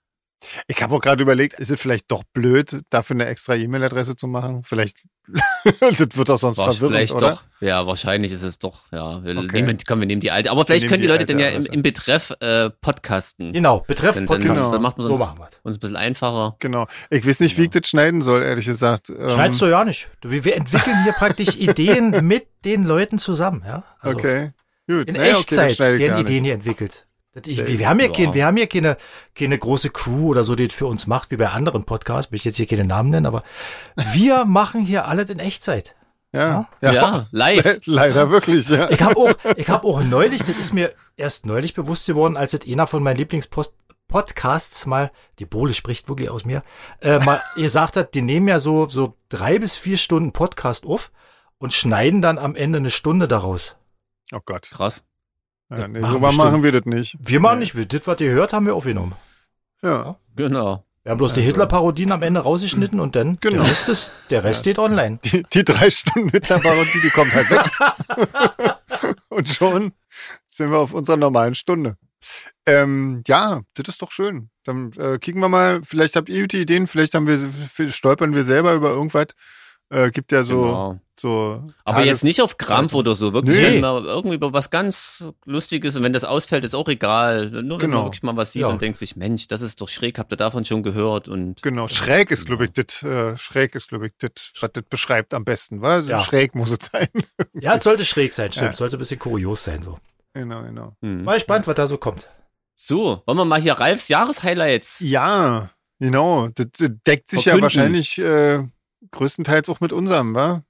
A: Ich habe auch gerade überlegt, ist es vielleicht doch blöd, dafür eine extra E-Mail-Adresse zu machen? Vielleicht, <laughs> das wird doch sonst
B: War
A: verwirrend,
B: vielleicht
A: oder?
B: doch. Ja, wahrscheinlich ist es doch. Ja, wir
A: Okay.
B: nehmen, komm, wir nehmen die alte. Aber vielleicht
A: nehmen
B: können die
A: die
B: Leute dann ja
A: alte
B: im,
A: Adresse.
B: im Betreff äh, podcasten.
C: Genau, betreff
B: Dann, dann,
C: Podcast.
A: Genau.
B: dann macht man
C: So
B: uns,
C: machen wir
B: uns ein bisschen einfacher.
A: Genau. Ich weiß nicht, wie ich das schneiden soll, ehrlich gesagt. Ähm,
C: das. Schneidest du ja nicht. Du, wir, wir entwickeln hier praktisch Ideen mit den Leuten zusammen. Ja? Also
A: Okay. Gut.
C: In
A: Naja, okay, dann
C: Echtzeit
A: schneide ich
C: werden
A: ja
C: Ideen
A: nicht.
C: hier entwickelt. Das, ich,
A: Sehr
C: wir, wir haben hier,
B: gut.
C: kein, wir haben hier keine, keine große Crew oder so, die das für uns macht, wie bei anderen Podcasts. Will ich jetzt hier keine Namen nennen, aber wir machen hier alles in Echtzeit.
A: Ja.
B: Ja, live.
A: <laughs> Leider wirklich, ja.
C: Ich habe auch, ich hab auch neulich, das ist mir erst neulich bewusst geworden, als das einer von meinen Lieblingspodcasts mal, die Bohle spricht wirklich aus mir, äh,
A: <laughs>
C: mal gesagt hat, die nehmen ja so, so drei bis vier Stunden Podcast auf und schneiden dann am Ende eine Stunde daraus.
A: Oh Gott.
B: Krass.
A: Ja, nee,
C: machen
A: so machen,
C: bestimmt.
A: wir das nicht.
C: Wir machen
A: Nee.
C: nicht, wir- das, was ihr hört, haben wir aufgenommen.
A: Ja.
B: Genau.
C: Wir haben bloß die
A: Also-
C: Hitler-Parodien am Ende rausgeschnitten und dann
A: Genau.
C: der Rest, ist, der Rest steht online.
A: Die, die drei Stunden mit der Parodie, die kommen halt weg.
C: <laughs>
A: Und schon sind wir auf unserer normalen Stunde. Ähm, ja, das ist doch schön. Dann äh, kicken wir mal, vielleicht habt ihr gute Ideen, vielleicht haben wir, f- stolpern wir selber über irgendwas. Äh, gibt ja so,
B: genau.
A: so.
B: Aber jetzt nicht auf Krampf oder so, wirklich.
A: Nee.
B: Wenn man irgendwie über was ganz Lustiges und wenn das ausfällt, ist auch egal. Nur wenn
A: Genau.
B: man wirklich mal was sieht
C: Ja.
B: und denkt sich, Mensch, das ist doch schräg, habt ihr davon schon gehört? Und
A: Genau, schräg ist, glaube ich, das, äh, schräg ist, glaube ich, das, was das beschreibt am besten, weil
C: Ja.
A: schräg muss es
B: <laughs>
A: sein.
C: Ja, es sollte schräg sein, stimmt.
A: Ja.
C: Sollte ein bisschen kurios sein. So.
A: genau, genau.
B: hm.
C: Mal gespannt, was da so
A: <laughs>
C: kommt.
B: so, wollen wir mal hier Ralfs Jahreshighlights.
A: Ja, genau. Das, das deckt sich
B: Verkünden.
A: ja wahrscheinlich äh, größtenteils auch mit unserem, wa?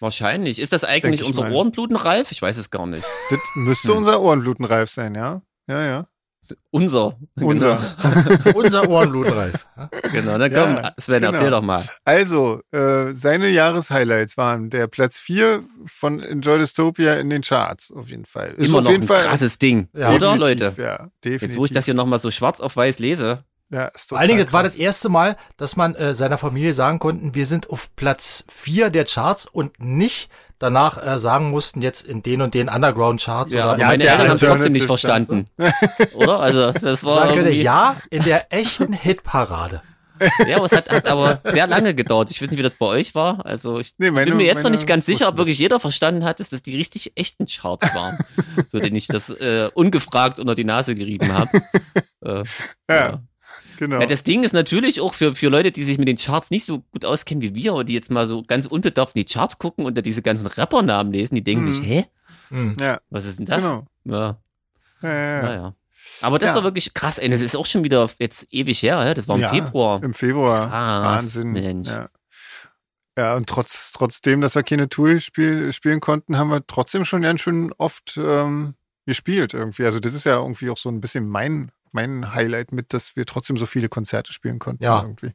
B: Wahrscheinlich. Ist das eigentlich
A: Denk ich
B: unser
A: mal.
B: Ohrenbluten, Ralf? Ich weiß es gar nicht.
A: Das müsste
B: Hm.
A: unser Ohrenblutenreif sein, ja? Ja, ja.
B: Unser. <laughs>
A: Unser.
C: Unser Ohrenbluten, <laughs> Ralf.
B: Genau, genau. dann komm,
A: Ja,
B: Sven,
A: genau.
B: erzähl doch mal.
A: Also, äh, seine Jahreshighlights waren der Platz 4 von Enjoy Dystopia in den Charts, auf jeden Fall. Ist
B: Immer
A: auf
B: noch
A: jeden
B: ein
A: Fall
B: krasses Ding.
C: Ja.
B: Oder,
A: definitiv,
B: Leute?
A: Ja, definitiv.
B: Jetzt, wo ich das hier nochmal so schwarz auf weiß lese.
A: ja, ist
C: Vor allen Dingen,
A: total
C: das war
A: krass.
C: das erste Mal, dass man äh, seiner Familie sagen konnten, wir sind auf Platz vier der Charts und nicht danach äh, sagen mussten, jetzt in den und den Underground-Charts.
B: Ja,
C: oder
B: aber
A: ja,
B: meine
A: der
B: Eltern haben es trotzdem nicht
A: Alternative
B: verstanden.
A: <laughs>
B: Oder? Also, das war.
C: sagen könnte,
B: Irgendwie, ja,
C: ja, in der echten
B: <laughs>
C: Hitparade.
B: aber es hat, hat aber sehr lange gedauert. Ich weiß nicht, wie das bei euch war. Also, ich
A: Nee, meine-
B: bin mir jetzt noch
A: meine
B: nicht ganz sicher, ob
A: wussten
B: wirklich jeder verstanden hat, dass das die richtig echten Charts
A: <laughs>
B: waren, so denen ich das äh, ungefragt unter die Nase gerieben
A: <laughs>
B: habe. äh,
A: Ja, Genau.
B: Ja, das Ding ist natürlich auch für, für Leute, die sich mit den Charts nicht so gut auskennen wie wir, aber die jetzt mal so ganz unbedarft in die Charts gucken und da diese ganzen Rappernamen lesen, die denken
A: Mhm.
B: sich, hä,
C: Hm.
A: ja,
B: was ist denn das?
A: genau.
B: Ja,
A: Ja, ja, ja.
B: naja. Aber das
A: Ja.
B: war wirklich krass, ey, das ist auch schon wieder jetzt ewig her, hä? das war im
A: Ja.
B: Februar.
A: Im Februar.
B: Krass,
A: Wahnsinn.
B: Mensch.
A: Ja. ja, und trotz, trotzdem, dass wir keine Tour spiel, spielen konnten, haben wir trotzdem schon ganz schön oft ähm, gespielt irgendwie. Also das ist ja irgendwie auch so ein bisschen mein, mein Highlight mit, dass wir trotzdem so viele Konzerte spielen konnten
C: Ja.
A: irgendwie.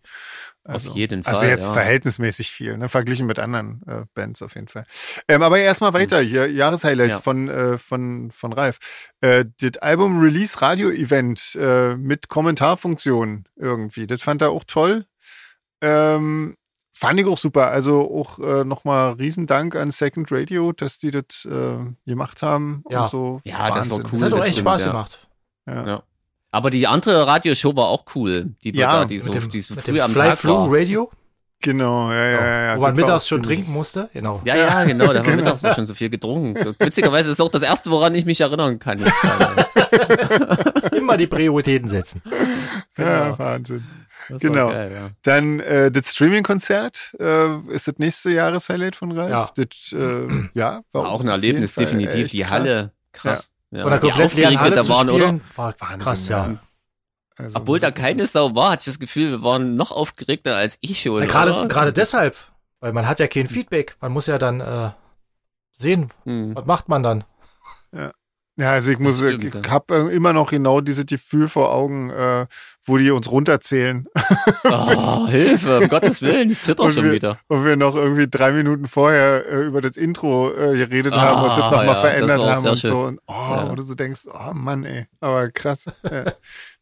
B: Auf jeden Fall.
A: Also jetzt
B: ja.
A: verhältnismäßig viel, ne? verglichen mit anderen äh, Bands auf jeden Fall. Ähm, aber erstmal weiter hier, Jahreshighlights
B: Hm. Ja.
A: von, äh, von, von Ralf. Äh, das Album Release Radio Event äh, mit Kommentarfunktion irgendwie, das fand er auch toll. Ähm, Fand ich auch super. Also auch äh, nochmal Riesendank an Second Radio, dass die das äh, gemacht haben
C: Ja.
A: und so.
B: Ja, das war
A: Wahnsinn.
B: cool.
C: Das hat auch
B: das
C: echt
B: stimmt,
C: Spaß
B: ja.
C: gemacht.
A: Ja.
B: Ja. Aber die andere Radioshow war auch cool. Die,
A: Ja,
B: ja, die, so, die so
C: mit
B: früh
C: dem
B: am
C: Fly
B: Tag
C: Flow
B: war.
C: Radio,
A: Genau, ja, ja, ja.
C: Oh. wo man
A: das war
C: mittags
A: auch
C: schon
A: ziemlich-
C: trinken musste. Genau.
B: Ja, ja, genau, da
A: <laughs>
B: haben wir mittags auch schon so viel
A: Genau.
B: getrunken. Witzigerweise ist auch das erste, woran ich mich erinnern kann. Jetzt
A: <laughs>
C: <laughs>
B: gerade.
C: Immer die Prioritäten setzen.
A: Ja, Wahnsinn.
B: Das war
A: Genau.
B: Geil, ja.
A: Dann äh, das Streaming-Konzert äh, ist das nächste Jahreshighlight von Ralf.
C: Ja.
A: Das, äh, ja,
B: War auch ein Erlebnis, definitiv. Die Halle, krass. Ja.
C: Von der komplett
B: die
C: leeren Halle
B: Auftritte
C: zu
B: da waren, oder?
C: spielen, war
A: Wahnsinn,
C: krass, ja.
A: Also,
B: Obwohl da keine Sau war, hatte ich das Gefühl, wir waren noch aufgeregter als ich schon.
C: Na, Gerade
B: oder?
C: gerade deshalb, weil man hat ja kein Feedback. Man muss ja dann äh, sehen, <laughs>
B: Hm.
C: was macht man dann.
A: Ja, also ich
B: Das
A: muss,
B: stimmt,
A: ich
B: ja.
A: habe immer noch genau dieses Gefühl vor Augen, äh, wo die uns runterzählen
B: Oh, Hilfe, um Gottes Willen, ich zitter
A: Und
B: schon
A: wir-
B: wieder.
A: und wir noch irgendwie drei Minuten vorher äh, über das Intro äh, geredet
B: Ah,
A: haben und das nochmal
B: ja, das
A: verändert
B: war auch
A: haben
B: sehr
A: und
B: schön.
A: so. Und, oh,
B: Ja.
A: wo du so denkst, oh Mann, ey, aber krass. ja.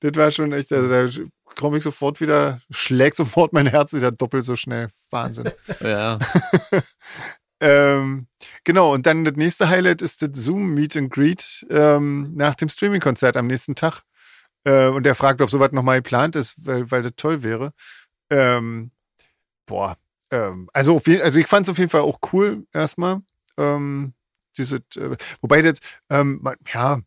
A: Das war schon echt, also da komme ich sofort wieder, schlägt sofort mein Herz wieder doppelt so schnell. Wahnsinn.
B: Ja.
A: Ähm, genau, und dann das nächste Highlight ist das Zoom Meet and Greet ähm, nach dem Streaming-Konzert am nächsten Tag. Äh, und er fragt, ob sowas nochmal geplant ist, weil, weil das toll wäre. Ähm, boah, ähm, also, auf jeden, also ich fand es auf jeden Fall auch cool erstmal. Ähm, diese, äh, wobei das, ähm, man- ja,
B: Ein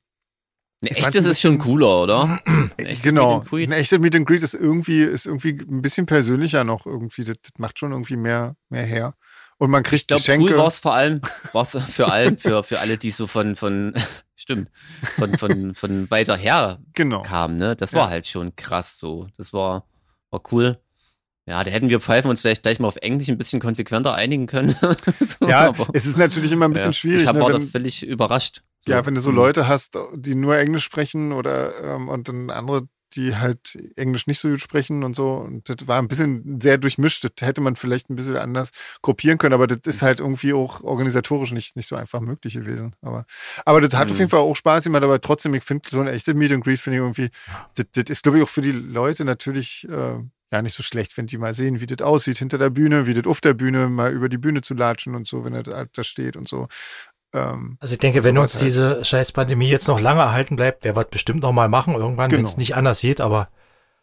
A: fand's
B: echtes
A: ein
B: ist schon cooler, oder? Ein echtes
A: genau.
B: Meet and Greet.
A: Ein echtes Meet and Greet ist irgendwie, ist irgendwie ein bisschen persönlicher noch irgendwie. Das, das macht schon irgendwie mehr, mehr her. Und man kriegt
B: Ich glaube,
A: Geschenke.
B: cool war es vor allem, war's für allen, für, für alle, die so von, von, <laughs> stimmt, von, von, von weiter her
A: genau.
B: kamen, ne? Das
A: Ja.
B: war halt schon krass so. Das war, war cool. Ja, da hätten wir Pfeifen uns vielleicht gleich mal auf Englisch ein bisschen konsequenter einigen können. <laughs> So,
A: Ja,
B: aber-
A: es ist natürlich immer ein bisschen
B: Ja.
A: schwierig.
B: Ich hab,
A: ne,
B: war da
A: wenn,
B: völlig überrascht.
A: ja, wenn du so
B: Mhm.
A: Leute hast, die nur Englisch sprechen oder ähm, und dann andere, die halt Englisch nicht so gut sprechen und so. Und das war ein bisschen sehr durchmischt. Das hätte man vielleicht ein bisschen anders gruppieren können, aber das
B: Mhm.
A: ist halt irgendwie auch organisatorisch nicht, nicht so einfach möglich gewesen. Aber, aber das hat auf
B: Mhm.
A: jeden Fall auch Spaß gemacht, aber trotzdem, ich finde so ein echtes Meet and Greet finde ich irgendwie, das, das ist, glaube ich, auch für die Leute natürlich. Äh, ja, nicht so schlecht, wenn die mal sehen, wie das aussieht hinter der Bühne, wie das auf der Bühne, mal über die Bühne zu latschen und so, wenn er da da steht und so. Ähm,
C: Also ich denke, wenn
A: So
C: uns
A: was halt.
C: diese scheiß Pandemie jetzt noch lange erhalten bleibt, werden wir das bestimmt noch mal machen irgendwann,
A: Genau.
C: wenn es nicht anders geht. Aber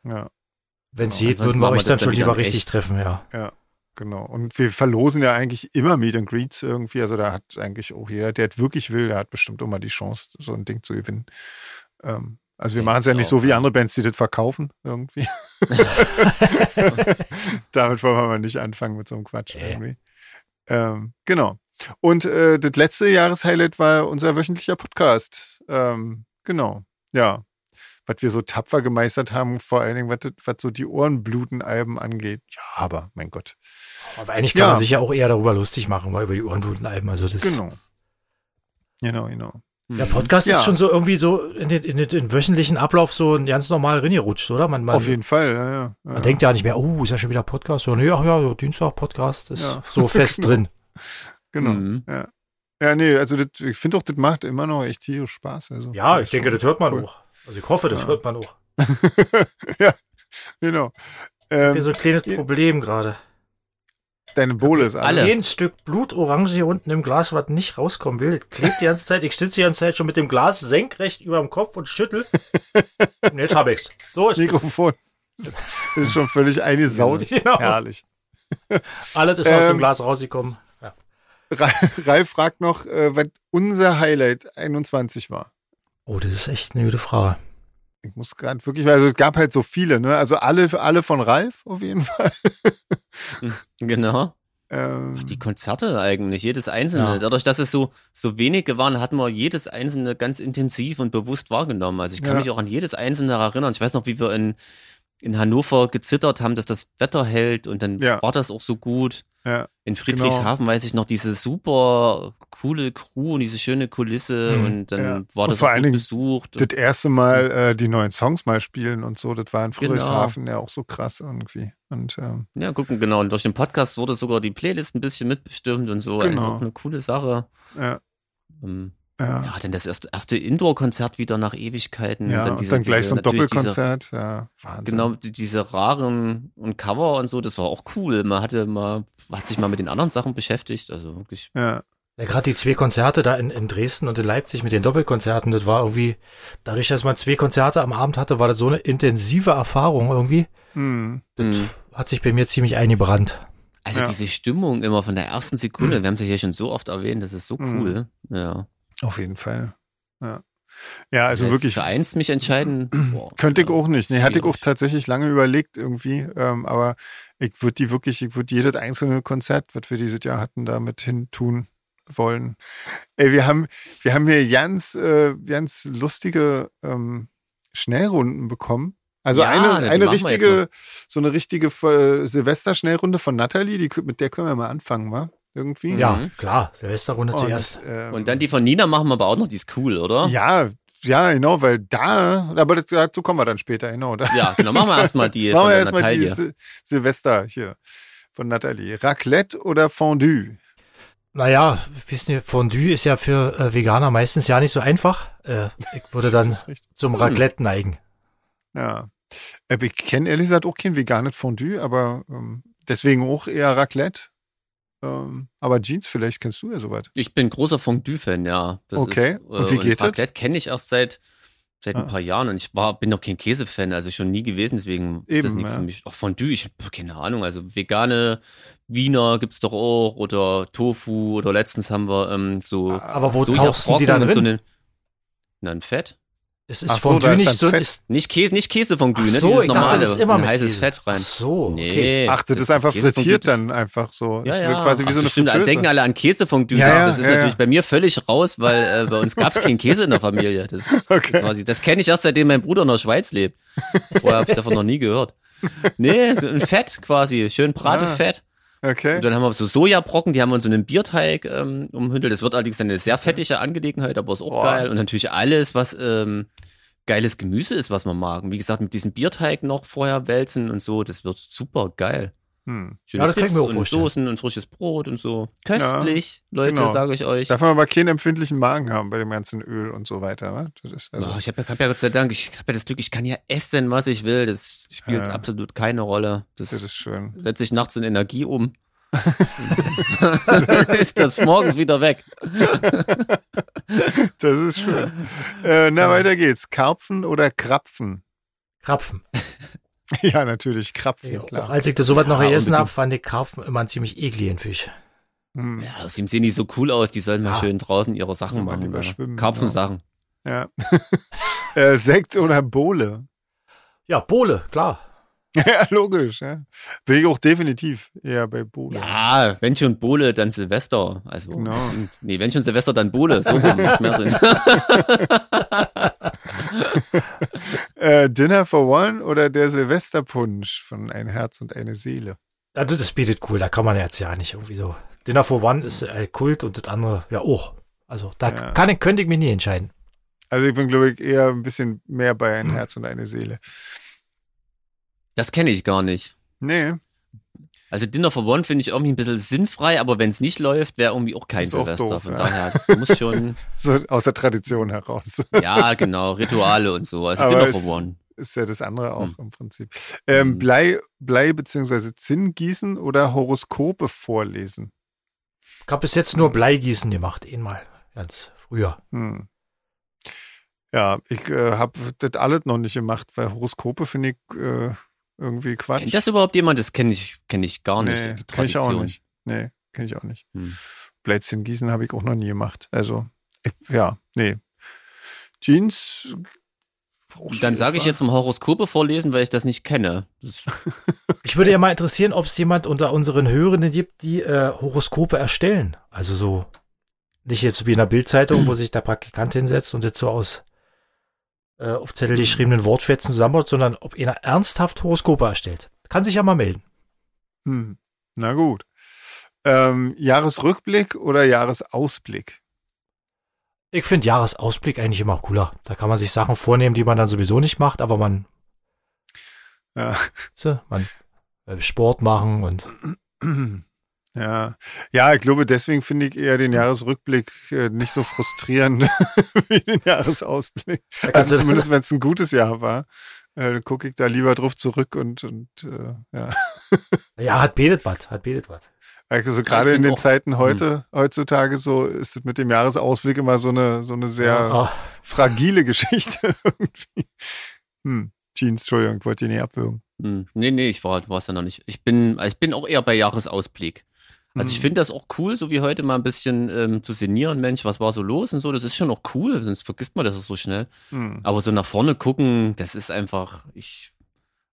A: ja.
C: wenn es geht,
B: Genau,
C: würden
B: ansonsten
C: wir
B: machen
C: euch
B: wir
C: dann
B: das
C: schon
B: dann
C: lieber
B: wieder in
C: richtig
B: echt.
C: treffen, ja.
A: Genau. Und wir verlosen ja eigentlich immer Meet and Greets irgendwie. Also da hat eigentlich auch jeder, der es wirklich will, der hat bestimmt immer die Chance, so ein Ding zu gewinnen. Ähm, also wir
B: Denke
A: machen es ja
B: ich
A: nicht
B: auch,
A: so wie
B: ja.
A: andere Bands, die das verkaufen irgendwie. <laughs> Damit wollen wir mal nicht anfangen mit so einem Quatsch
C: Äh.
A: irgendwie. Ähm, genau. Und äh, das letzte Jahreshighlight war unser wöchentlicher Podcast. Ähm, genau. Ja. Was wir so tapfer gemeistert haben, vor allen Dingen, was, das- was so die Ohrenblutenalben angeht. Ja, aber mein Gott.
C: Aber eigentlich kann
A: Ja.
C: man sich ja auch eher darüber lustig machen, weil über die Ohrenblutenalben. Also das
A: Genau. Genau, genau.
B: Mhm.
C: Der Podcast
A: Ja.
C: ist schon so irgendwie so in den, in den, in den wöchentlichen Ablauf so ein ganz normal reingerutscht, oder? Man, man,
A: Auf jeden Fall, ja, ja.
C: man
A: ja.
C: denkt ja nicht mehr, oh, ist ja schon wieder Podcast. So, nee, ach ja, so Dienstag Podcast ist
A: Ja.
C: so fest
A: <laughs>
C: drin.
A: Genau.
C: hm.
B: Mhm.
A: Ja, nee, also das, ich finde auch, das macht immer noch echt tierisch Spaß. Also,
C: Ja,
A: das
C: ich
A: ist
C: denke,
A: schon
C: das hört man
A: cool.
C: auch. Also ich hoffe, das
A: Ja. Ähm,
C: hört man auch.
A: <laughs> ja, genau.
C: Hier
A: Ähm,
C: so ein kleines
A: ihr-
C: Problem gerade.
A: deine Bohle ist
B: Alle.
A: alle.
C: Ein Also Stück Blutorange hier unten im Glas, was nicht rauskommen will, das klebt die ganze Zeit. Ich sitze die ganze Zeit schon mit dem Glas senkrecht über dem Kopf und schüttel. Und jetzt hab ich's. So ist
A: <laughs> Mikrofon ist schon völlig eingesaut.
C: <laughs> Genau.
A: Herrlich.
C: alles ist aus
A: Ähm,
C: dem Glas rausgekommen.
A: Ra- Ralf fragt noch, äh, was unser Highlight 21 war.
C: Oh, das ist echt eine gute Frage.
A: Ich muss gerade wirklich, also es gab halt so viele, ne? Also alle, alle von Ralf auf jeden Fall.
B: Genau.
A: Ähm,
B: Die Konzerte eigentlich, jedes einzelne.
C: Ja.
B: Dadurch, dass es so, so wenige waren, hatten wir jedes einzelne ganz intensiv und bewusst wahrgenommen. Also ich kann
A: Ja.
B: mich auch an jedes einzelne erinnern. Ich weiß noch, wie wir in, in Hannover gezittert haben, dass das Wetter hält und dann
A: Ja.
B: war das auch so gut.
A: Ja, genau.
B: In Friedrichshafen weiß ich noch diese super coole Crew und diese schöne Kulisse
C: Mhm.
B: und dann
A: Ja.
B: war
A: Und
B: das
A: vor
B: auch
A: allen
B: gut
A: Dingen
B: besucht.
A: das erste Mal äh, die neuen Songs mal spielen und so, das war in
B: Genau.
A: Friedrichshafen ja auch so krass irgendwie. Und ähm,
B: Ja, gucken, genau. Und durch den Podcast wurde sogar die Playlist ein bisschen mitbestimmt und so.
A: Genau.
B: Also auch eine coole Sache.
A: ja,
B: Ähm,
A: Ja.
B: Ja, denn das erste, erste Indoor-Konzert wieder nach Ewigkeiten.
A: Ja, und dann,
B: diese-
A: gleich
B: diese-
A: so ein
B: natürlich
A: Doppelkonzert. also. Ja, Wahnsinn.
B: Diese, genau, die, diese raren und Cover und so, das war auch cool. Man hatte mal, hat sich mal mit den anderen Sachen beschäftigt. Also wirklich.
A: Ja.
C: Ja, gerade die zwei Konzerte da in, in Dresden und in Leipzig mit den Doppelkonzerten, das war irgendwie, dadurch, dass man zwei Konzerte am Abend hatte, war das so eine intensive Erfahrung irgendwie.
A: Hm.
C: Das
B: Mhm.
C: hat sich bei mir ziemlich eingebrannt.
B: Also
A: Ja.
B: diese Stimmung immer von der ersten Sekunde, wir haben es ja hier schon so oft erwähnt, das ist so
A: Mhm.
B: cool. Ja.
A: Auf jeden Fall. Ja, ja also
B: jetzt
A: wirklich.
B: Für eins mich
A: <clears throat>
B: entscheiden. boah,
A: Könnte ich
B: ja.
A: auch nicht. Nee, hatte ich auch
B: Schwierig.
A: tatsächlich lange überlegt irgendwie. Ähm, aber ich würde die wirklich, ich würde jedes einzelne Konzert, was wir dieses Jahr hatten, damit hin tun wollen. Ey, wir haben, wir haben hier ganz, äh, ganz lustige ähm, Schnellrunden bekommen. Also
B: Ja, na,
A: eine,
B: die
A: eine
B: machen wir
A: richtige, so eine richtige äh, Silvester-Schnellrunde von Natalie, die, kö- mit der können wir mal anfangen, wa? Irgendwie.
B: Mhm.
C: Ja, klar, Silvesterrunde
A: Und,
C: zuerst.
A: ähm,
B: Und dann die ne? von Nina machen wir aber auch noch, die ist cool, oder?
A: Ja, ja, genau, weil da, aber dazu kommen wir dann später, genau. Da,
B: Ja, genau. Machen wir erstmal die
A: Machen
B: von
A: wir
B: der
A: erstmal die
B: Natalie.
A: Sil Silvester hier von Nathalie. Raclette oder Fondue?
C: Naja, wissen wir, Fondue ist ja für äh, Veganer meistens ja nicht so einfach. Äh, ich würde
A: <laughs>
C: dann
A: Das ist richtig.
C: zum Raclette neigen.
A: Ja. Äh, Ich kenne ehrlich gesagt auch kein veganes Fondue, aber ähm, deswegen auch eher Raclette. Ähm, aber Jeans, vielleicht kennst du ja sowas.
B: Ich bin großer Fondue-Fan, ja.
A: Okay.
B: Ist, äh,
A: Und wie geht das?
B: Raclette kenne ich erst seit, seit
A: Ah.
B: ein paar Jahren und ich war, bin noch kein Käse-Fan, also schon nie gewesen, deswegen ist das
A: Eben,
B: nichts
A: ja.
B: für mich. Auch Fondue, ich habe keine Ahnung, also vegane Wiener gibt's doch auch oder Tofu oder letztens haben wir ähm, so
C: Aber Ah, wo
B: so
C: tauchsten die dann
B: und so
C: drin?
B: eine, na, ein Fett.
C: Es
A: Ach
C: ist
A: so,
C: Fondue
A: da ist dann
C: nicht so,
A: Fett.
C: ist,
B: Nicht Käse, nicht Käsefondue,
C: Ach
B: ne?
C: so,
B: Dieses
C: ich dachte,
B: normale,
C: das ist immer
B: ein
C: mit
B: heißes
C: Käse.
B: Fett rein.
C: ach so,
B: Nee.
C: okay.
A: Ach, das ist einfach
B: Käsefondue,
A: frittiert
B: das-
A: dann einfach so.
B: Ja,
A: ist
B: ja.
A: quasi wie
B: Ach,
A: so eine
B: das stimmt, dann denken
A: Fritteuse.
B: alle an Käsefondue.
A: Ja,
B: das,
A: ja,
B: das ist
A: ja,
B: natürlich
A: ja.
B: bei mir völlig raus, weil äh, bei uns gab es keinen Käse in der Familie. Das,
A: Okay.
B: quasi, das kenne ich erst, seitdem mein Bruder in der Schweiz lebt. Vorher habe ich davon noch nie gehört. Nee, so ein Fett quasi, schön Bratefett.
A: Okay.
B: Und dann haben wir so Sojabrocken, die haben wir in so einem Bierteig ähm, umhündelt. Das wird allerdings dann eine sehr fettige Angelegenheit, aber ist auch
A: Boah.
B: geil. Und natürlich alles, was ähm, geiles Gemüse ist, was man mag. Und wie gesagt, mit diesem Bierteig noch vorher wälzen und so, das wird super geil.
A: Hm.
B: Schöne
C: Ja, das kann ich
B: Dips
C: mir auch
B: und
C: vorstellen.
B: Soßen und frisches Brot und so. Köstlich, Leute,
A: genau.
B: sage ich euch.
A: Darf man aber keinen empfindlichen Magen haben bei dem ganzen Öl und so weiter. wa? Das ist also,
B: oh, ich habe ja, hab ja Gott sei Dank, ich habe ja das Glück, ich kann ja essen, was ich will. Das spielt
A: Ja.
B: absolut keine Rolle. Das,
A: das ist schön.
B: setzt sich nachts in Energie <laughs> um. ist das morgens wieder weg.
A: Das ist schön. äh, na, weiter geht's. Karpfen oder Krapfen?
C: Krapfen.
A: <laughs> Ja, natürlich, Krapfen,
C: Ja, auch
A: klar.
C: als ich das sowas noch
B: Ja,
C: gegessen
B: unbedingt.
C: habe, fand ich Krapfen immer einen ziemlich ekligen Fisch.
A: Hm.
B: Ja, aus ihm sehen die so cool aus, die sollen mal
C: Ja.
B: schön draußen ihre Sachen
A: Sollen mal
B: machen.
A: lieber schwimmen,
B: Karpfensachen.
A: Ja. <laughs> äh, Sekt oder Bowle?
C: Ja, Bohle, klar.
A: <laughs> ja, logisch. Ja. Bin ich auch definitiv eher bei Bowle.
B: Ja, wenn schon Bohle, dann Silvester. Also,
A: Genau.
B: nee, wenn schon Silvester, dann Bohle. So rum, macht mehr <laughs> Sinn.
A: Äh, Dinner for One oder der Silvesterpunsch von Ein Herz und eine Seele?
C: Also das bietet cool, da kann man jetzt ja nicht irgendwie so. Dinner for One ist äh, Kult und das andere, ja auch. Also da
A: Ja.
C: kann, ich- könnte ich mich nie entscheiden.
A: Also ich bin, glaube ich, eher ein bisschen mehr bei
B: Hm.
A: Ein Herz und eine Seele.
B: Das kenne ich gar nicht.
A: Nee,
B: Also Dinner for One finde ich irgendwie ein bisschen sinnfrei, aber wenn es nicht läuft, wäre irgendwie auch kein
A: Ist auch
B: Silvester.
A: doof,
B: Von
A: ja.
B: daher, das muss
A: <laughs>
B: schon,
A: so aus der Tradition heraus. <laughs>
B: ja genau, Rituale und so. Also
A: Aber
B: Dinner
A: es-
B: for One.
A: Ist ja das andere auch
B: Hm.
A: im Prinzip. Ähm,
B: Hm.
A: Blei, Blei bzw. Zinn gießen oder Horoskope vorlesen?
C: Ich habe bis jetzt nur Bleigießen gemacht, einmal, ganz früher.
A: Hm. Ja, ich äh, habe das alles noch nicht gemacht, weil Horoskope finde ich äh, irgendwie Quatsch.
B: Kennt das überhaupt jemand? Das kenne ich, kenne ich gar nicht.
A: Nee,
B: die
A: kenn ich auch
B: Tradition.
A: nicht. Nee, kenne ich auch nicht.
B: Hm.
A: Blätzchen gießen habe ich auch noch nie gemacht. Also, ich, ja, nee. Jeans. auch
B: Und
A: schwierig,
B: Dann sage ich
A: wa?
B: jetzt zum Horoskope vorlesen, weil ich das nicht kenne. Das,
C: Ich würde ja mal interessieren, ob es jemand unter unseren Hörenden gibt, die äh, Horoskope erstellen. Also so nicht jetzt wie in der Bildzeitung, wo sich der Praktikant hinsetzt und jetzt so aus äh, auf Zettel geschriebenen Wortfetzen zusammenbaut, sondern ob einer ernsthaft Horoskope erstellt. Kann sich ja mal melden.
A: Hm. Na gut. Ähm, Jahresrückblick oder Jahresausblick?
C: Ich finde Jahresausblick eigentlich immer cooler. Da kann man sich Sachen vornehmen, die man dann sowieso nicht macht, aber man,
A: Ja.
C: <laughs> weißt du, man äh, Sport machen und
A: Ja. ja, ich glaube, deswegen finde ich eher den Jahresrückblick äh, nicht so frustrierend <laughs> wie den Jahresausblick. Also zumindest, wenn es ein gutes Jahr war, äh, gucke ich da lieber drauf zurück und, und äh, ja.
C: <laughs> Ja, hat betet was, hat betet was.
A: Also gerade
B: ich
A: in
B: bin
A: den
B: auch- Hm.
A: Zeiten heute, heutzutage so ist es mit dem Jahresausblick immer so eine, so eine sehr
C: Ah,
A: fragile Geschichte <laughs> irgendwie. Hm. Jeans, Entschuldigung, wollte ich nicht abwürgen.
B: Hm. Nee, nee, ich war, du warst ja noch nicht. Ich bin, ich bin auch eher bei Jahresausblick. Also ich
A: Hm.
B: finde das auch cool, so wie heute mal ein bisschen ähm, zu sinnieren, Mensch, was war so los und so, das ist schon auch cool, sonst vergisst man das auch so schnell.
A: Hm.
B: Aber so nach vorne gucken, das ist einfach, ich,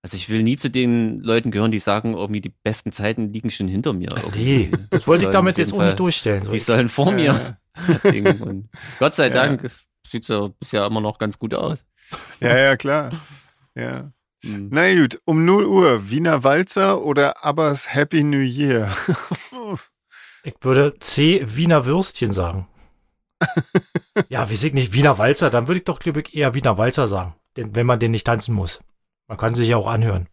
B: also ich will nie zu den Leuten gehören, die sagen, irgendwie die besten Zeiten liegen schon hinter mir.
C: nee,
B: Irgendwie.
C: das wollte ich
B: Sollen
C: damit
B: auf jeden
C: jetzt auch nicht
B: Fall-
C: durchstellen. So,
B: Die sollen vor mir <laughs> liegen. Und Gott sei
A: Ja.
B: Dank, sieht ja bisher immer noch ganz gut aus.
A: Ja, ja, klar. Ja.
B: Hm.
A: Na gut, um 0 Uhr, Wiener Walzer oder Abbas Happy New Year? <laughs>
C: Ich würde C Wiener Würstchen sagen. ja, weiß ich nicht, Wiener Walzer, dann würde ich doch, glaube ich, eher Wiener Walzer sagen. Denn wenn man den nicht tanzen muss. Man kann sich ja auch anhören.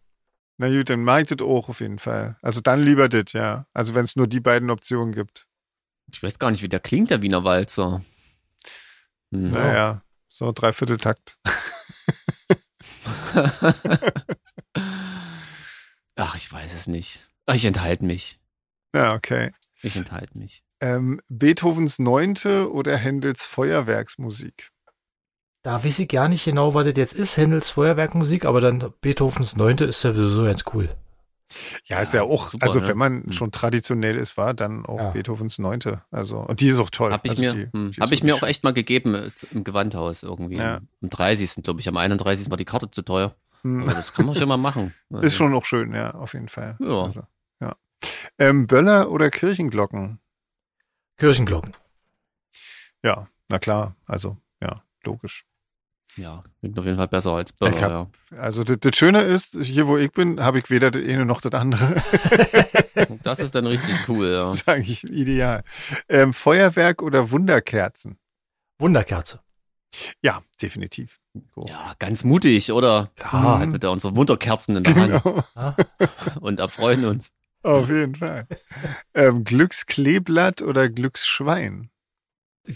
A: Na gut, dann mag ich das auch auf jeden Fall. Also dann lieber das, ja. Also wenn es nur die beiden Optionen gibt.
B: Ich weiß gar nicht, wie der klingt, der Wiener Walzer. Hm.
C: Ja.
A: Naja, so Dreivierteltakt.
B: <laughs> Ach, ich weiß es nicht. Ach, Ich enthalte mich.
A: Ja, okay.
B: Ich enthalte mich.
A: Ähm, Beethovens Neunte oder Händels Feuerwerksmusik?
C: Da weiß ich gar nicht genau, was das jetzt ist, Händels Feuerwerkmusik, aber dann Beethovens Neunte ist ja sowieso ganz cool.
A: Ja, ist ja auch,
B: super,
A: also
B: ne?
A: wenn man
B: Hm.
A: schon traditionell ist, war dann auch
C: Ja.
A: Beethovens Neunte. Also, und die ist auch toll.
B: Habe ich
A: also
B: mir,
A: die-
B: hm,
A: die ist
B: hab ich mir auch
A: wirklich
B: echt mal gegeben äh, zu- im Gewandhaus irgendwie.
A: Ja.
B: Am 30. glaube ich, am 31. war die Karte zu
A: <laughs>
B: teuer.
A: schön. Hm.
B: Aber das kann man schon mal machen. Also,
A: <laughs> Ist schon auch schön, ja, auf jeden Fall.
B: Ja.
A: Also, ja. Ähm, Böller oder Kirchenglocken?
C: Kirchenglocken.
A: Ja, na klar, also ja, logisch.
B: Ja, klingt auf jeden Fall besser als Burger.
A: Ich hab-
B: Ja.
A: Also das das Schöne ist, hier wo ich bin, habe ich weder das eine noch das andere, <laughs>
B: Und Das ist dann richtig cool, ja.
A: sage ich, ideal. Ähm, Feuerwerk oder Wunderkerzen?
C: Wunderkerze.
A: Ja, definitiv.
B: Ja, ganz mutig, oder?
C: Ja.
B: Halt mit da unsere Wunderkerzen in der Hand
A: Genau,
C: Ja.
B: und erfreuen uns.
A: <laughs> auf jeden Fall. Ähm, Glückskleeblatt oder Glücksschwein?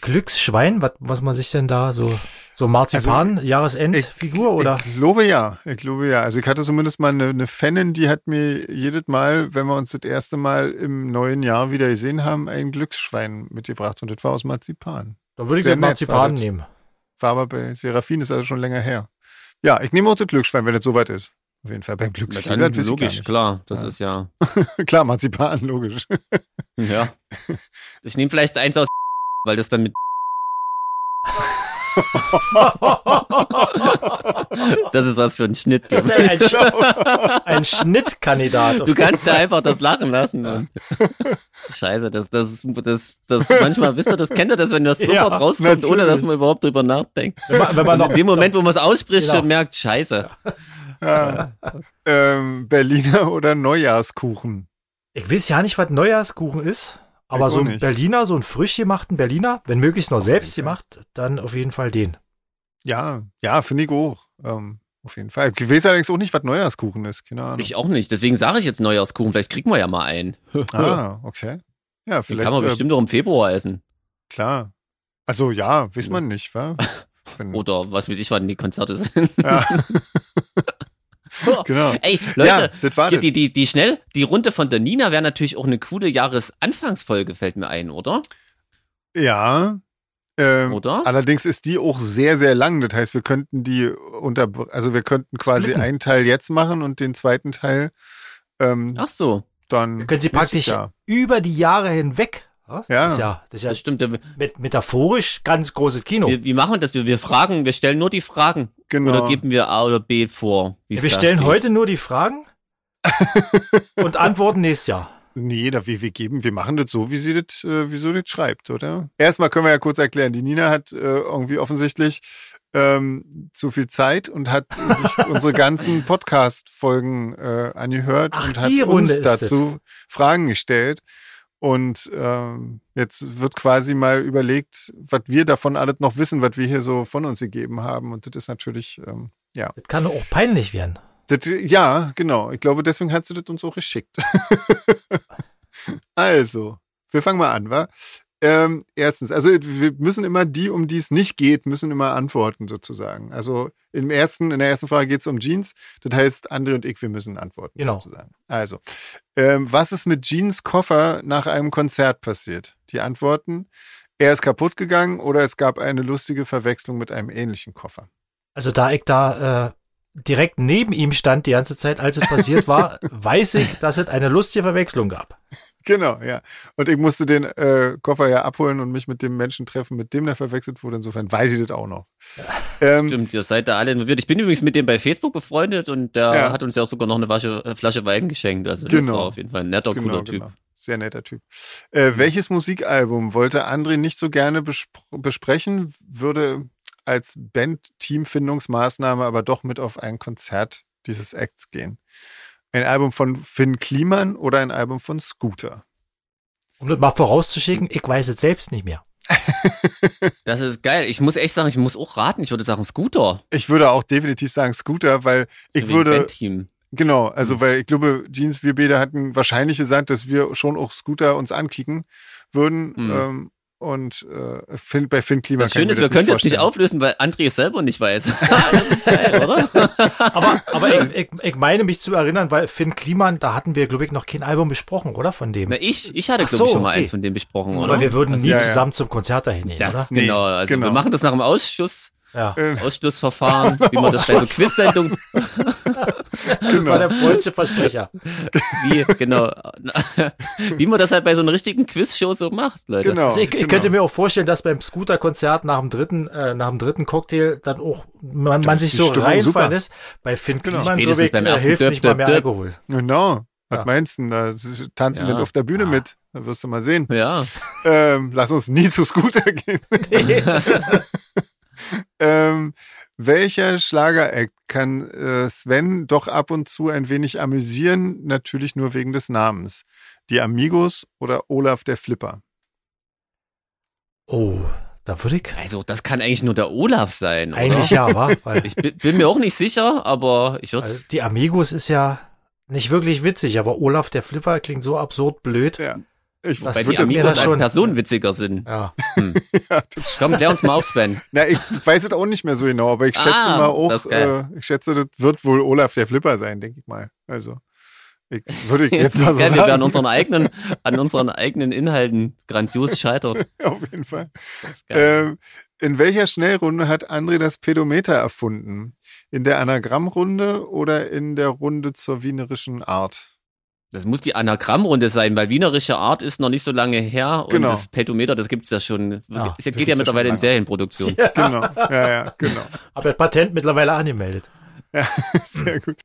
C: Glücksschwein, was, was man sich denn da so, so Marzipan-Jahresendfigur oder?
A: Ich glaube ja, ich glaube ja. Also ich hatte zumindest mal eine, eine Fanin, die hat mir jedes Mal, wenn wir uns das erste Mal im neuen Jahr wieder gesehen haben, ein Glücksschwein mitgebracht und das war aus Marzipan.
C: dann würde ich
A: sehr
C: den
A: nett, war
C: Marzipan
A: das.
C: nehmen. <laughs>
A: War aber bei Serafin, ist also schon länger her. Ja, ich nehme auch das Glücksschwein, wenn das soweit ist. Auf jeden Fall beim
B: Na
A: Glücksschwein.
B: Dann,
A: weiß ich
B: logisch,
A: gar
B: klar. Das
A: Ja.
B: ist ja.
A: nicht. <laughs> klar, Marzipan,
B: <laughs>
A: logisch. <laughs>
B: Ja. Ich nehme vielleicht eins aus, weil das dann mit. Das ist was für ein
A: <laughs>
B: Schnitt.
C: Das ist
B: glaub ich.
C: ein, Sch- ein Schnittkandidat.
B: Du kannst da einfach das lachen lassen.
A: <laughs>
B: Mann. Scheiße, das, das, das, das, manchmal, wisst ihr, das kennt ihr das, wenn das sofort
C: Ja,
B: rauskommt, ohne dass
A: natürlich.
B: man überhaupt drüber nachdenkt.
C: Wenn man, wenn man noch,
B: In dem Moment, wo man es ausspricht,
C: Genau.
B: schon merkt, scheiße.
A: ja. ähm, Berliner oder Neujahrskuchen?
C: ich weiß ja nicht, was Neujahrskuchen ist, aber
A: Ich
C: so
A: auch
C: ein
A: nicht.
C: Berliner, so ein frisch gemachten Berliner, wenn möglichst noch selbst gemacht, dann auf jeden Fall den.
A: Ja, ja, finde ich auch. Ähm, auf jeden Fall. Ich weiß allerdings auch nicht, was Neujahrskuchen ist. Keine Ahnung.
B: Ich auch nicht. Deswegen sage ich jetzt Neujahrskuchen. Vielleicht kriegen wir ja mal einen.
A: <laughs> Ah, okay. Ja,
B: Den
A: vielleicht.
B: kann man
A: äh,
B: bestimmt auch im Februar essen.
A: Klar. Also ja, weiß man
B: <laughs>
A: nicht, wa? Wenn-
B: Oder was weiß ich, wann die Konzerte sind. <laughs>
A: ja. genau.
B: Ey,
A: ja,
B: Leute,
A: das war
B: hier,
A: das.
B: die, die, die schnell, die Runde von der Nina wäre natürlich auch eine coole Jahresanfangsfolge, fällt mir ein, oder?
A: Ja. Ähm,
B: Oder?
A: Allerdings ist die auch sehr, sehr lang. Das heißt, wir könnten die unter, also wir könnten quasi
C: Splitten.
A: einen Teil jetzt machen und den zweiten Teil ähm,
B: Ach so,
A: dann.
C: Wir können sie
A: nächstes
C: praktisch
A: Jahr.
C: über die Jahre hinweg. Ja. Das ist ja, das
B: das
C: ist ja
B: stimmt. Wir,
C: met metaphorisch ganz großes Kino.
B: wir, wie machen wir das? Wir, wir fragen, wir stellen nur die Fragen.
A: Genau.
B: Oder geben wir A oder B vor? wie's
C: wir
B: da
C: stellen
B: steht?
C: heute nur die <laughs> Fragen und antworten nächstes Jahr.
A: Nee, da, wir, wir geben, wir machen das so, wie sie das, äh, wie so das schreibt, oder? Erstmal können wir ja kurz erklären, die Nina hat äh, irgendwie offensichtlich ähm, zu viel Zeit und hat
C: <laughs>
A: sich unsere ganzen Podcast-Folgen äh, angehört
C: Ach,
A: und hat
C: die Runde
A: uns
C: ist
A: dazu Fragen gestellt. Und ähm, jetzt wird quasi mal überlegt, was wir davon alles noch wissen, was wir hier so von uns gegeben haben. Und das ist natürlich, ähm, ja.
C: Das kann auch peinlich werden.
A: Das, ja, genau. Ich glaube, deswegen hat sie das uns auch geschickt. ah <laughs> Also, wir fangen mal an, wa? Ähm, erstens, also wir müssen immer die, um die es nicht geht, müssen immer antworten sozusagen. Also im ersten, in der ersten Frage geht es um Jeans. Das heißt, André und ich, wir müssen antworten
C: Genau.
A: sozusagen. Also, ähm, was ist mit Jeans Koffer nach einem Konzert passiert? Die Antworten, er ist kaputt gegangen oder es gab eine lustige Verwechslung mit einem ähnlichen Koffer.
C: Also da ich da äh, direkt neben ihm stand die ganze Zeit, als es passiert <laughs> war, weiß ich, dass es eine lustige Verwechslung gab.
A: Genau, ja. Und ich musste den äh, Koffer ja abholen und mich mit dem Menschen treffen, mit dem der verwechselt wurde. Insofern weiß ich das
B: <laughs>
A: auch noch. Ähm,
B: Stimmt, ihr seid da alle involviert. Ich bin übrigens mit dem bei Facebook befreundet und der
A: Ja.
B: hat uns ja auch sogar noch eine Wasche, äh, Flasche Wein geschenkt. Also das
A: Genau.
B: war auf jeden Fall ein netter, cooler Typ. Mhm.
A: Sehr netter Typ. Äh, welches Musikalbum wollte André nicht so gerne bespr- besprechen, würde als Band-Teamfindungsmaßnahme aber doch mit auf ein Konzert dieses Acts gehen? Ein Album von Finn Kliman oder ein Album von Scooter?
C: Um das mal vorauszuschicken, ich weiß es selbst nicht mehr.
B: Das ist geil. Ich muss echt sagen, ich muss auch raten. Ich würde sagen Scooter.
A: Ich würde auch definitiv sagen Scooter, weil ich
B: Wegen
A: würde.
B: Bandteam.
A: Genau, also
B: Mhm.
A: weil ich glaube, Jeans, wir beide hatten wahrscheinlich gesagt, dass wir schon auch Scooter uns ankicken würden.
B: Mhm.
A: Ähm, und äh, Finn, bei Finn Klima
B: Das Schöne ist, wir können jetzt nicht auflösen, weil André es selber nicht weiß. <laughs> das ist geil, oder?
C: Aber, aber ich, ich, ich meine mich zu erinnern, weil Finn Kliman, da hatten wir, glaube ich, noch kein Album besprochen, oder? Von dem.
B: Na, ich, ich hatte,
C: Ach
B: glaube
C: so,
B: ich, schon mal
C: okay.
B: eins von dem besprochen, oder?
C: aber wir würden nie
A: Also, ja, ja.
C: zusammen zum Konzert dahin gehen,
B: das,
A: Nee,
B: genau. Also
A: genau.
B: wir machen das nach dem Ausschuss,
C: oder? Ja.
A: Äh,
B: Ausschlussverfahren, wie man das bei so Quiz-Sendungen,
C: Das
A: Genau,
C: war der vollste
A: <laughs>
C: Versprecher.
B: wie, genau, <laughs> wie man das halt bei so einer richtigen Quiz-Show so macht, Leute.
A: genau.
C: Also ich, ich
A: genau.
C: könnte mir auch vorstellen, dass beim Scooter-Konzert nach dem dritten, äh, nach dem dritten Cocktail dann auch man, man sich
A: die
C: so
A: Stimmung
C: reinfallen
A: super.
C: lässt. Bei Finn
A: Genau.
C: Kliman,
B: Spätestens
C: glaube ich,
B: beim
C: äh,
B: ersten
C: hilft
B: Döp,
C: nicht mal
B: Döp,
C: mehr
B: Döp.
C: Alkohol. <laughs>
A: Genau. Was
C: Ja.
A: meinst du denn da? Sie Tanzen
B: Ja.
A: denn auf der Bühne
C: Ah.
A: mit? Da wirst du mal sehen.
B: Ja,
A: Ähm, lass uns nie zu Scooter <laughs> gehen. Ähm, welcher Schlager-Act kann äh, Sven doch ab und zu ein wenig amüsieren? Natürlich nur wegen des Namens. Die Amigos oder Olaf der Flipper?
C: oh, da würde ich
B: also das kann eigentlich nur der Olaf sein, oder?
C: eigentlich ja,
A: <laughs>
C: wa? Weil,
B: Ich bin, bin mir auch nicht sicher, aber ich
A: Also,
B: würde,
C: weil die Amigos ist ja nicht wirklich witzig, aber Olaf der Flipper klingt so absurd blöd.
A: Ja. Ich
C: Was
B: weil
A: würde
C: wird
B: die
A: jetzt-
C: mir
B: Amigos
C: das
B: als
C: schon-
B: Person witziger sind.
C: Ja.
B: Komm, klär uns mal auf, Sven.
A: Na, ich weiß es auch nicht mehr so genau, aber ich schätze
B: Ah,
A: mal
B: das
A: auch,
B: ist geil.
A: äh, ich schätze, das wird wohl Olaf der Flipper sein, denke ich mal. Also, ich,
B: <laughs>
A: würde ich <laughs> jetzt
B: Das
A: mal
B: ist
A: so
B: geil,
A: sagen.
B: wir werden unseren eigenen, an unseren eigenen Inhalten grandios scheitern.
A: <laughs> Auf jeden Fall.
B: Das ist geil.
A: Ähm, in welcher Schnellrunde hat André das Pedometer erfunden? In der Anagrammrunde oder in der Runde zur wienerischen Art?
B: Das muss die Anagrammrunde sein, weil wienerische Art ist noch nicht so lange her und
A: Genau.
B: das Pedometer, das gibt's ja schon.
C: Ja,
B: es geht
A: das
B: ja
A: gibt's ja
B: mittlerweile
A: schon
B: in
A: lange.
B: Serienproduktion.
A: Genau, ja, ja, genau.
C: Hab das Patent mittlerweile angemeldet.
B: Ah.
A: Sehr gut.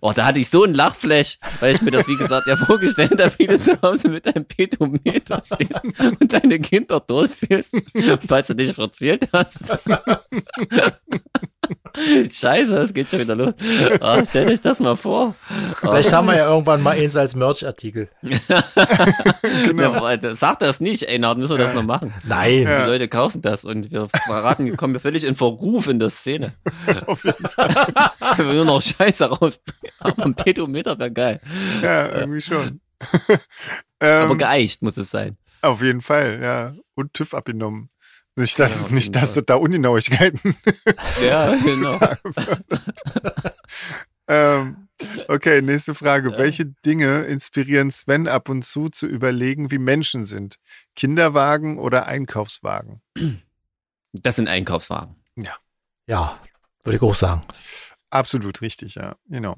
B: Oh, da hatte ich so einen Lachflash, weil ich mir das, wie gesagt, ja vorgestellt habe, wie du zu Hause mit deinem Pedometer stehst und deine Kinder durchziehst, falls du dich verzählt hast. Scheiße, es geht schon wieder los. Oh, stell euch das mal vor. Oh,
C: Vielleicht haben wir ja irgendwann mal eins als Merch-Artikel.
B: ja, Leute, sag das nicht, ey, dann müssen wir das noch machen.
C: Nein.
B: Die Leute kaufen das und wir verraten, wir kommen wir völlig in Verruf in der Szene. Auf jeden Fall. Nur noch Scheiße raus. Aber ein Pedometer wäre geil.
A: Ja,
B: <laughs>
A: irgendwie schon. ähm,
B: Aber geeicht muss es sein.
A: auf jeden Fall, ja. Und TÜV abgenommen. Nicht, dass,
B: Ja, auf
A: nicht,
B: jeden
A: dass
B: Fall.
A: es da Ungenauigkeiten
B: Ja, <laughs> genau.
A: Ähm, okay, nächste Frage. Welche Dinge inspirieren Sven ab und zu zu überlegen, wie Menschen sind? Kinderwagen oder Einkaufswagen?
B: Das sind Einkaufswagen.
C: Ja, würde ich auch sagen.
A: Absolut richtig, ja. Genau.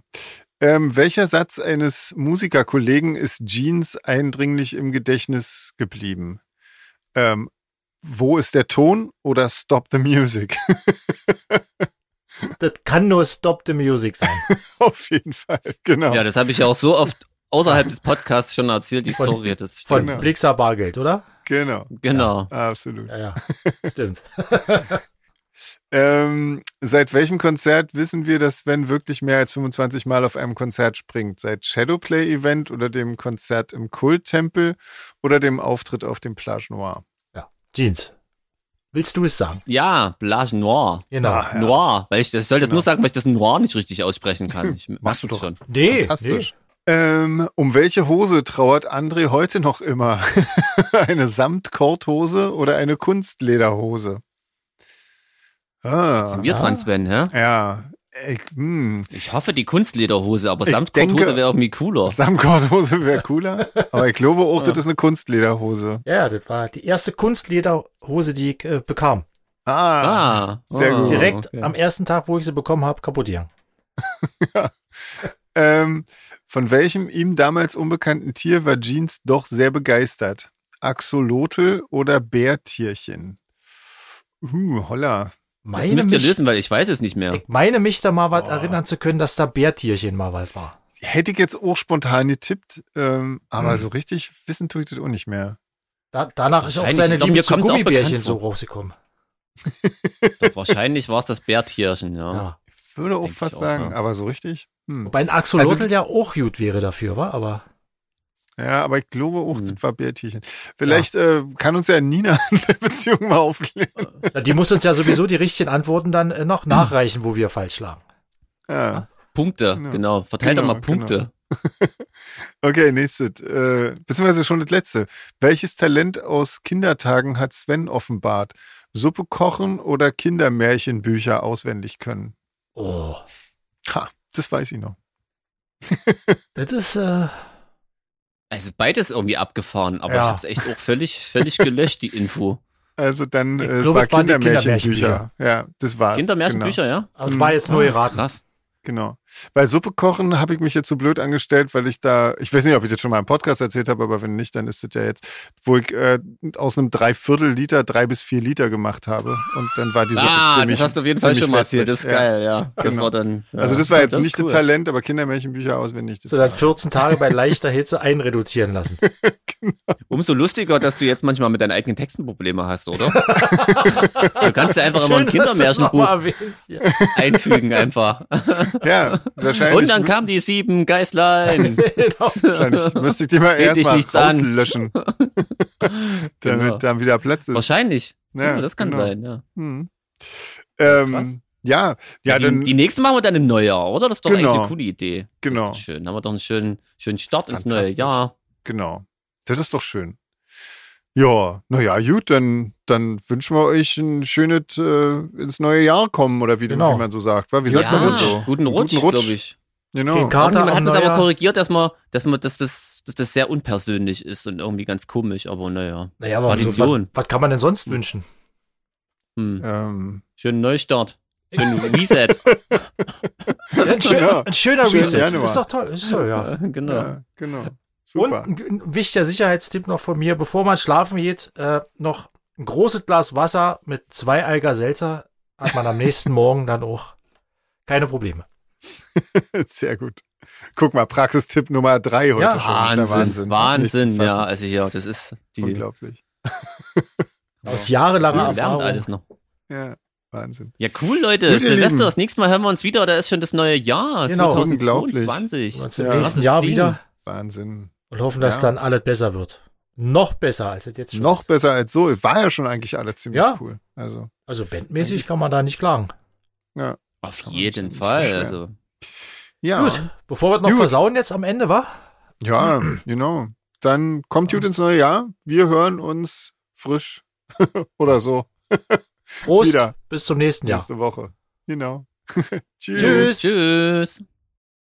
A: Ähm, welcher Satz eines Musikerkollegen ist Jeans eindringlich im Gedächtnis geblieben? Ähm, wo ist der Ton oder Stop the Music? <laughs>
C: Das kann nur Stop the Music
B: <laughs>
C: sein.
A: Auf jeden Fall, genau.
B: Ja, das habe ich ja auch so oft außerhalb des Podcasts schon erzählt, die
C: Von-
B: Story. Das
C: Von
A: Genau.
C: Blixer Bargeld, oder?
A: Genau,
B: genau.
A: absolut.
C: Ja, ja. Stimmt.
A: Ähm, seit welchem Konzert wissen wir, dass Sven wirklich mehr als 25 Mal auf einem Konzert springt? Seit Shadowplay-Event oder dem Konzert im Kulttempel oder dem Auftritt auf dem Plage Noir?
C: Ja. Jeans. Willst du es sagen?
B: Ja, Plage Noir.
C: Genau.
A: Ah, ja.
B: Noir. Weil ich das ich soll das
A: Genau.
B: nur sagen, weil ich das Noir nicht richtig aussprechen kann. Ich,
A: <laughs> Machst du
B: das
A: doch.
B: schon.
C: nee,
A: Fantastisch. Ähm, um welche Hose trauert André heute noch immer? <laughs> eine Samtkorthose oder eine Kunstlederhose? Ah,
B: Sind wir dran, Sven, ja?
A: ja. Ich, hm,
B: Ich hoffe, die Kunstlederhose, aber
A: Ich denke-
B: Samtkorthose wäre irgendwie cooler.
A: Samtkorthose wäre cooler, aber ich glaube auch, das ist eine Kunstlederhose.
C: Ja, das war die erste Kunstlederhose, die ich äh, bekam.
A: Ah,
B: Ah,
A: Sehr
B: ah,
A: gut.
C: Direkt
B: okay.
C: am ersten Tag, wo ich sie bekommen habe, kaputt gegangen.
A: Ähm, von welchem ihm damals unbekannten Tier war Jeans doch sehr begeistert? Axolotl oder Bärtierchen? Uh, holla.
B: Das
C: Meine
B: müsst ihr
C: mich,
B: lösen, weil ich weiß es nicht mehr.
C: ich meine mich da mal was
A: Oh.
C: erinnern zu können, dass da Bärtierchen mal was war.
A: Hätte ich jetzt auch spontan getippt, ähm, aber
B: Hm.
A: so richtig wissen tue ich das auch nicht mehr.
C: Da, danach ist auch
B: Wahrscheinlich,
C: seine
B: ich glaub,
C: Liebe
B: mir
C: zu
B: kommt's auch
C: Gummibärchen
B: bekannt
C: so
B: vor.
C: rausgekommen.
B: Doch, wahrscheinlich war es das Bärtierchen, ja.
C: Ja.
A: Ich würde auch
B: Denk ich
A: fast
B: auch,
A: sagen,
B: ja.
A: aber so richtig? Hm.
C: Wobei ein Axolotl
A: Also-
C: ja auch gut wäre dafür, war, aber
A: Ja, aber ich glaube auch,
B: Hm.
A: das war Bärtierchen. Vielleicht äh, kann uns ja Nina <laughs> in der Beziehung mal aufklären.
C: Ja, die muss uns ja sowieso die richtigen Antworten dann äh, noch nachreichen, wo wir falsch lagen.
A: Ja.
B: Punkte,
A: Genau.
B: genau. Verteilt doch
A: Genau,
B: mal Punkte.
A: Okay, nächstes. Äh, beziehungsweise schon das letzte. Welches Talent aus Kindertagen hat Sven offenbart? Suppe kochen oder Kindermärchenbücher auswendig können?
C: Oh.
A: Ha, das weiß ich noch.
C: Das ist,
A: Hm.
C: äh,
B: Also beides irgendwie abgefahren, aber
C: Ja.
B: ich habe es echt auch völlig, völlig gelöscht, die Info.
A: Also dann, äh,
C: Ich
A: es
C: glaube,
A: war
C: es waren die
A: Kindermärchenbücher. Ja, das war's.
B: Kindermärchenbücher, ja?
C: aber das war jetzt nur ne?
A: <laughs>
C: geraten.
B: Krass.
A: Genau. genau. Bei Suppe kochen habe ich mich jetzt so blöd angestellt, weil ich da, ich weiß nicht, ob ich das schon mal im Podcast erzählt habe, aber wenn nicht, dann ist das ja jetzt, wo ich äh, aus einem Dreiviertel Liter drei bis vier Liter gemacht habe. Und dann war die Suppe
B: Ah,
A: ziemlich
B: das hast du auf jeden Fall
A: ziemlich
B: schon mal erzählt. Das
A: wässrig.
B: ist
A: Ja.
B: geil, ja. Das
A: Genau.
B: war dann. Ja.
A: Also das war jetzt
B: ist
A: nicht
B: cool.
A: das Talent, aber Kindermärchenbücher auswendig.
C: So dann 14 Tage bei leichter Hitze einreduzieren lassen.
B: Umso lustiger, dass du jetzt manchmal mit deinen eigenen Texten Probleme hast,
A: <laughs>
B: oder? du kannst ja einfach immer ein
C: Schön, dass du das
B: Kindermärchenbuch
C: nochmal erwähnst
A: <laughs>
C: hier.
B: einfügen einfach.
C: <laughs>
A: ja, wahrscheinlich.
B: Und dann kamen die sieben Geißlein.
C: Genau.
B: <laughs>
A: wahrscheinlich müsste ich die mal
B: Geht dich
A: erstmal
B: nichts an. <laughs>
A: auslöschen, damit
B: Genau.
A: dann wieder Platz ist.
B: Wahrscheinlich. So,
A: Ja,
B: das kann
A: genau.
B: sein, ja.
A: Hm.
B: krass.
A: Ähm, ja, ja,
B: die,
A: dann
B: die nächsten machen wir dann im Neujahr, oder? Das ist doch
A: Genau.
B: eigentlich eine coole Idee. Das
A: Genau.
B: Ist doch schön. Haben wir doch einen schönen, schönen Start ins neue
A: Fantastisch.
B: Jahr.
A: genau. Das ist doch schön. Ja, naja, gut, dann, dann wünschen wir euch ein schönes äh, ins neue Jahr kommen oder wie,
C: Genau.
A: wie man so sagt. wa? Wie
B: ja,
A: sagt man das so?
B: Guten Rutsch,
A: Guten Rutsch.
B: glaube ich.
A: Genau.
C: Den
B: Hat
C: Kater
B: man hat
C: am
B: das aber
C: Neujahr.
B: korrigiert, dass man, dass man, dass das, dass das sehr unpersönlich ist und irgendwie ganz komisch, aber naja.
C: Naja, aber so, was,
B: Tradition.
C: was kann man denn sonst
A: <laughs>
C: wünschen?
B: Hm.
A: Ähm,
B: Schönen Neustart.
C: <laughs>
B: Schönen Reset.
C: Ja, Ein, schön,
A: Ja.
C: ein schöner
A: Schönen
C: Reset.
A: Januar.
C: Ist doch toll. Ist doch, Oh, ja.
B: <laughs> genau.
A: ja, genau.
C: Und
A: Super.
C: ein, ein wichtiger Sicherheitstipp noch von mir, bevor man schlafen geht, äh, noch ein großes Glas Wasser mit zwei Alger Seltzer hat man am
A: <laughs>
C: nächsten Morgen dann auch keine Probleme.
A: <laughs> Sehr gut. Guck mal, Praxistipp Nummer drei heute
C: Ja,
A: schon.
B: Wahnsinn,
A: Ist ja
B: Wahnsinn,
A: Nicht zu
B: ja.
A: fassen.
B: Also ja, das ist die
A: Unglaublich.
C: Aus jahrelanger
B: man
C: Erfahrung.
B: lernt alles noch.
A: Ja, Wahnsinn.
B: Ja, cool, Leute.
A: Gut, ihr
B: Silvester,
A: Lieben.
B: das nächste Mal hören wir uns wieder. Da ist schon das neue Jahr.
C: Genau.
B: 2022.
C: Wir uns im
A: Ja.
C: nächsten
B: Krasses
C: Jahr
B: Ding.
C: wieder
A: Wahnsinn.
C: und hoffen, dass
A: Ja.
C: dann alles besser wird. Noch besser als es jetzt schon.
A: Noch
C: ist.
A: besser als so. War ja schon eigentlich alle ziemlich
C: Ja.
A: cool. Also,
C: Also bandmäßig kann man da nicht klagen.
B: Auf
A: Kann man sich ja
B: jeden
A: nicht
B: Fall.
A: beschweren.
B: Also,
A: ja.
C: Gut, bevor wir es noch
A: Gut.
C: versauen jetzt am Ende, war?
A: Ja, genau. Dann kommt gut ins neue Jahr. Wir hören uns frisch <laughs> oder so
C: Prost,
A: Wieder.
C: bis zum nächsten Jahr.
A: nächste Woche. Genau. <laughs>
C: Tschüss.
A: Tschüss.
B: tschüss.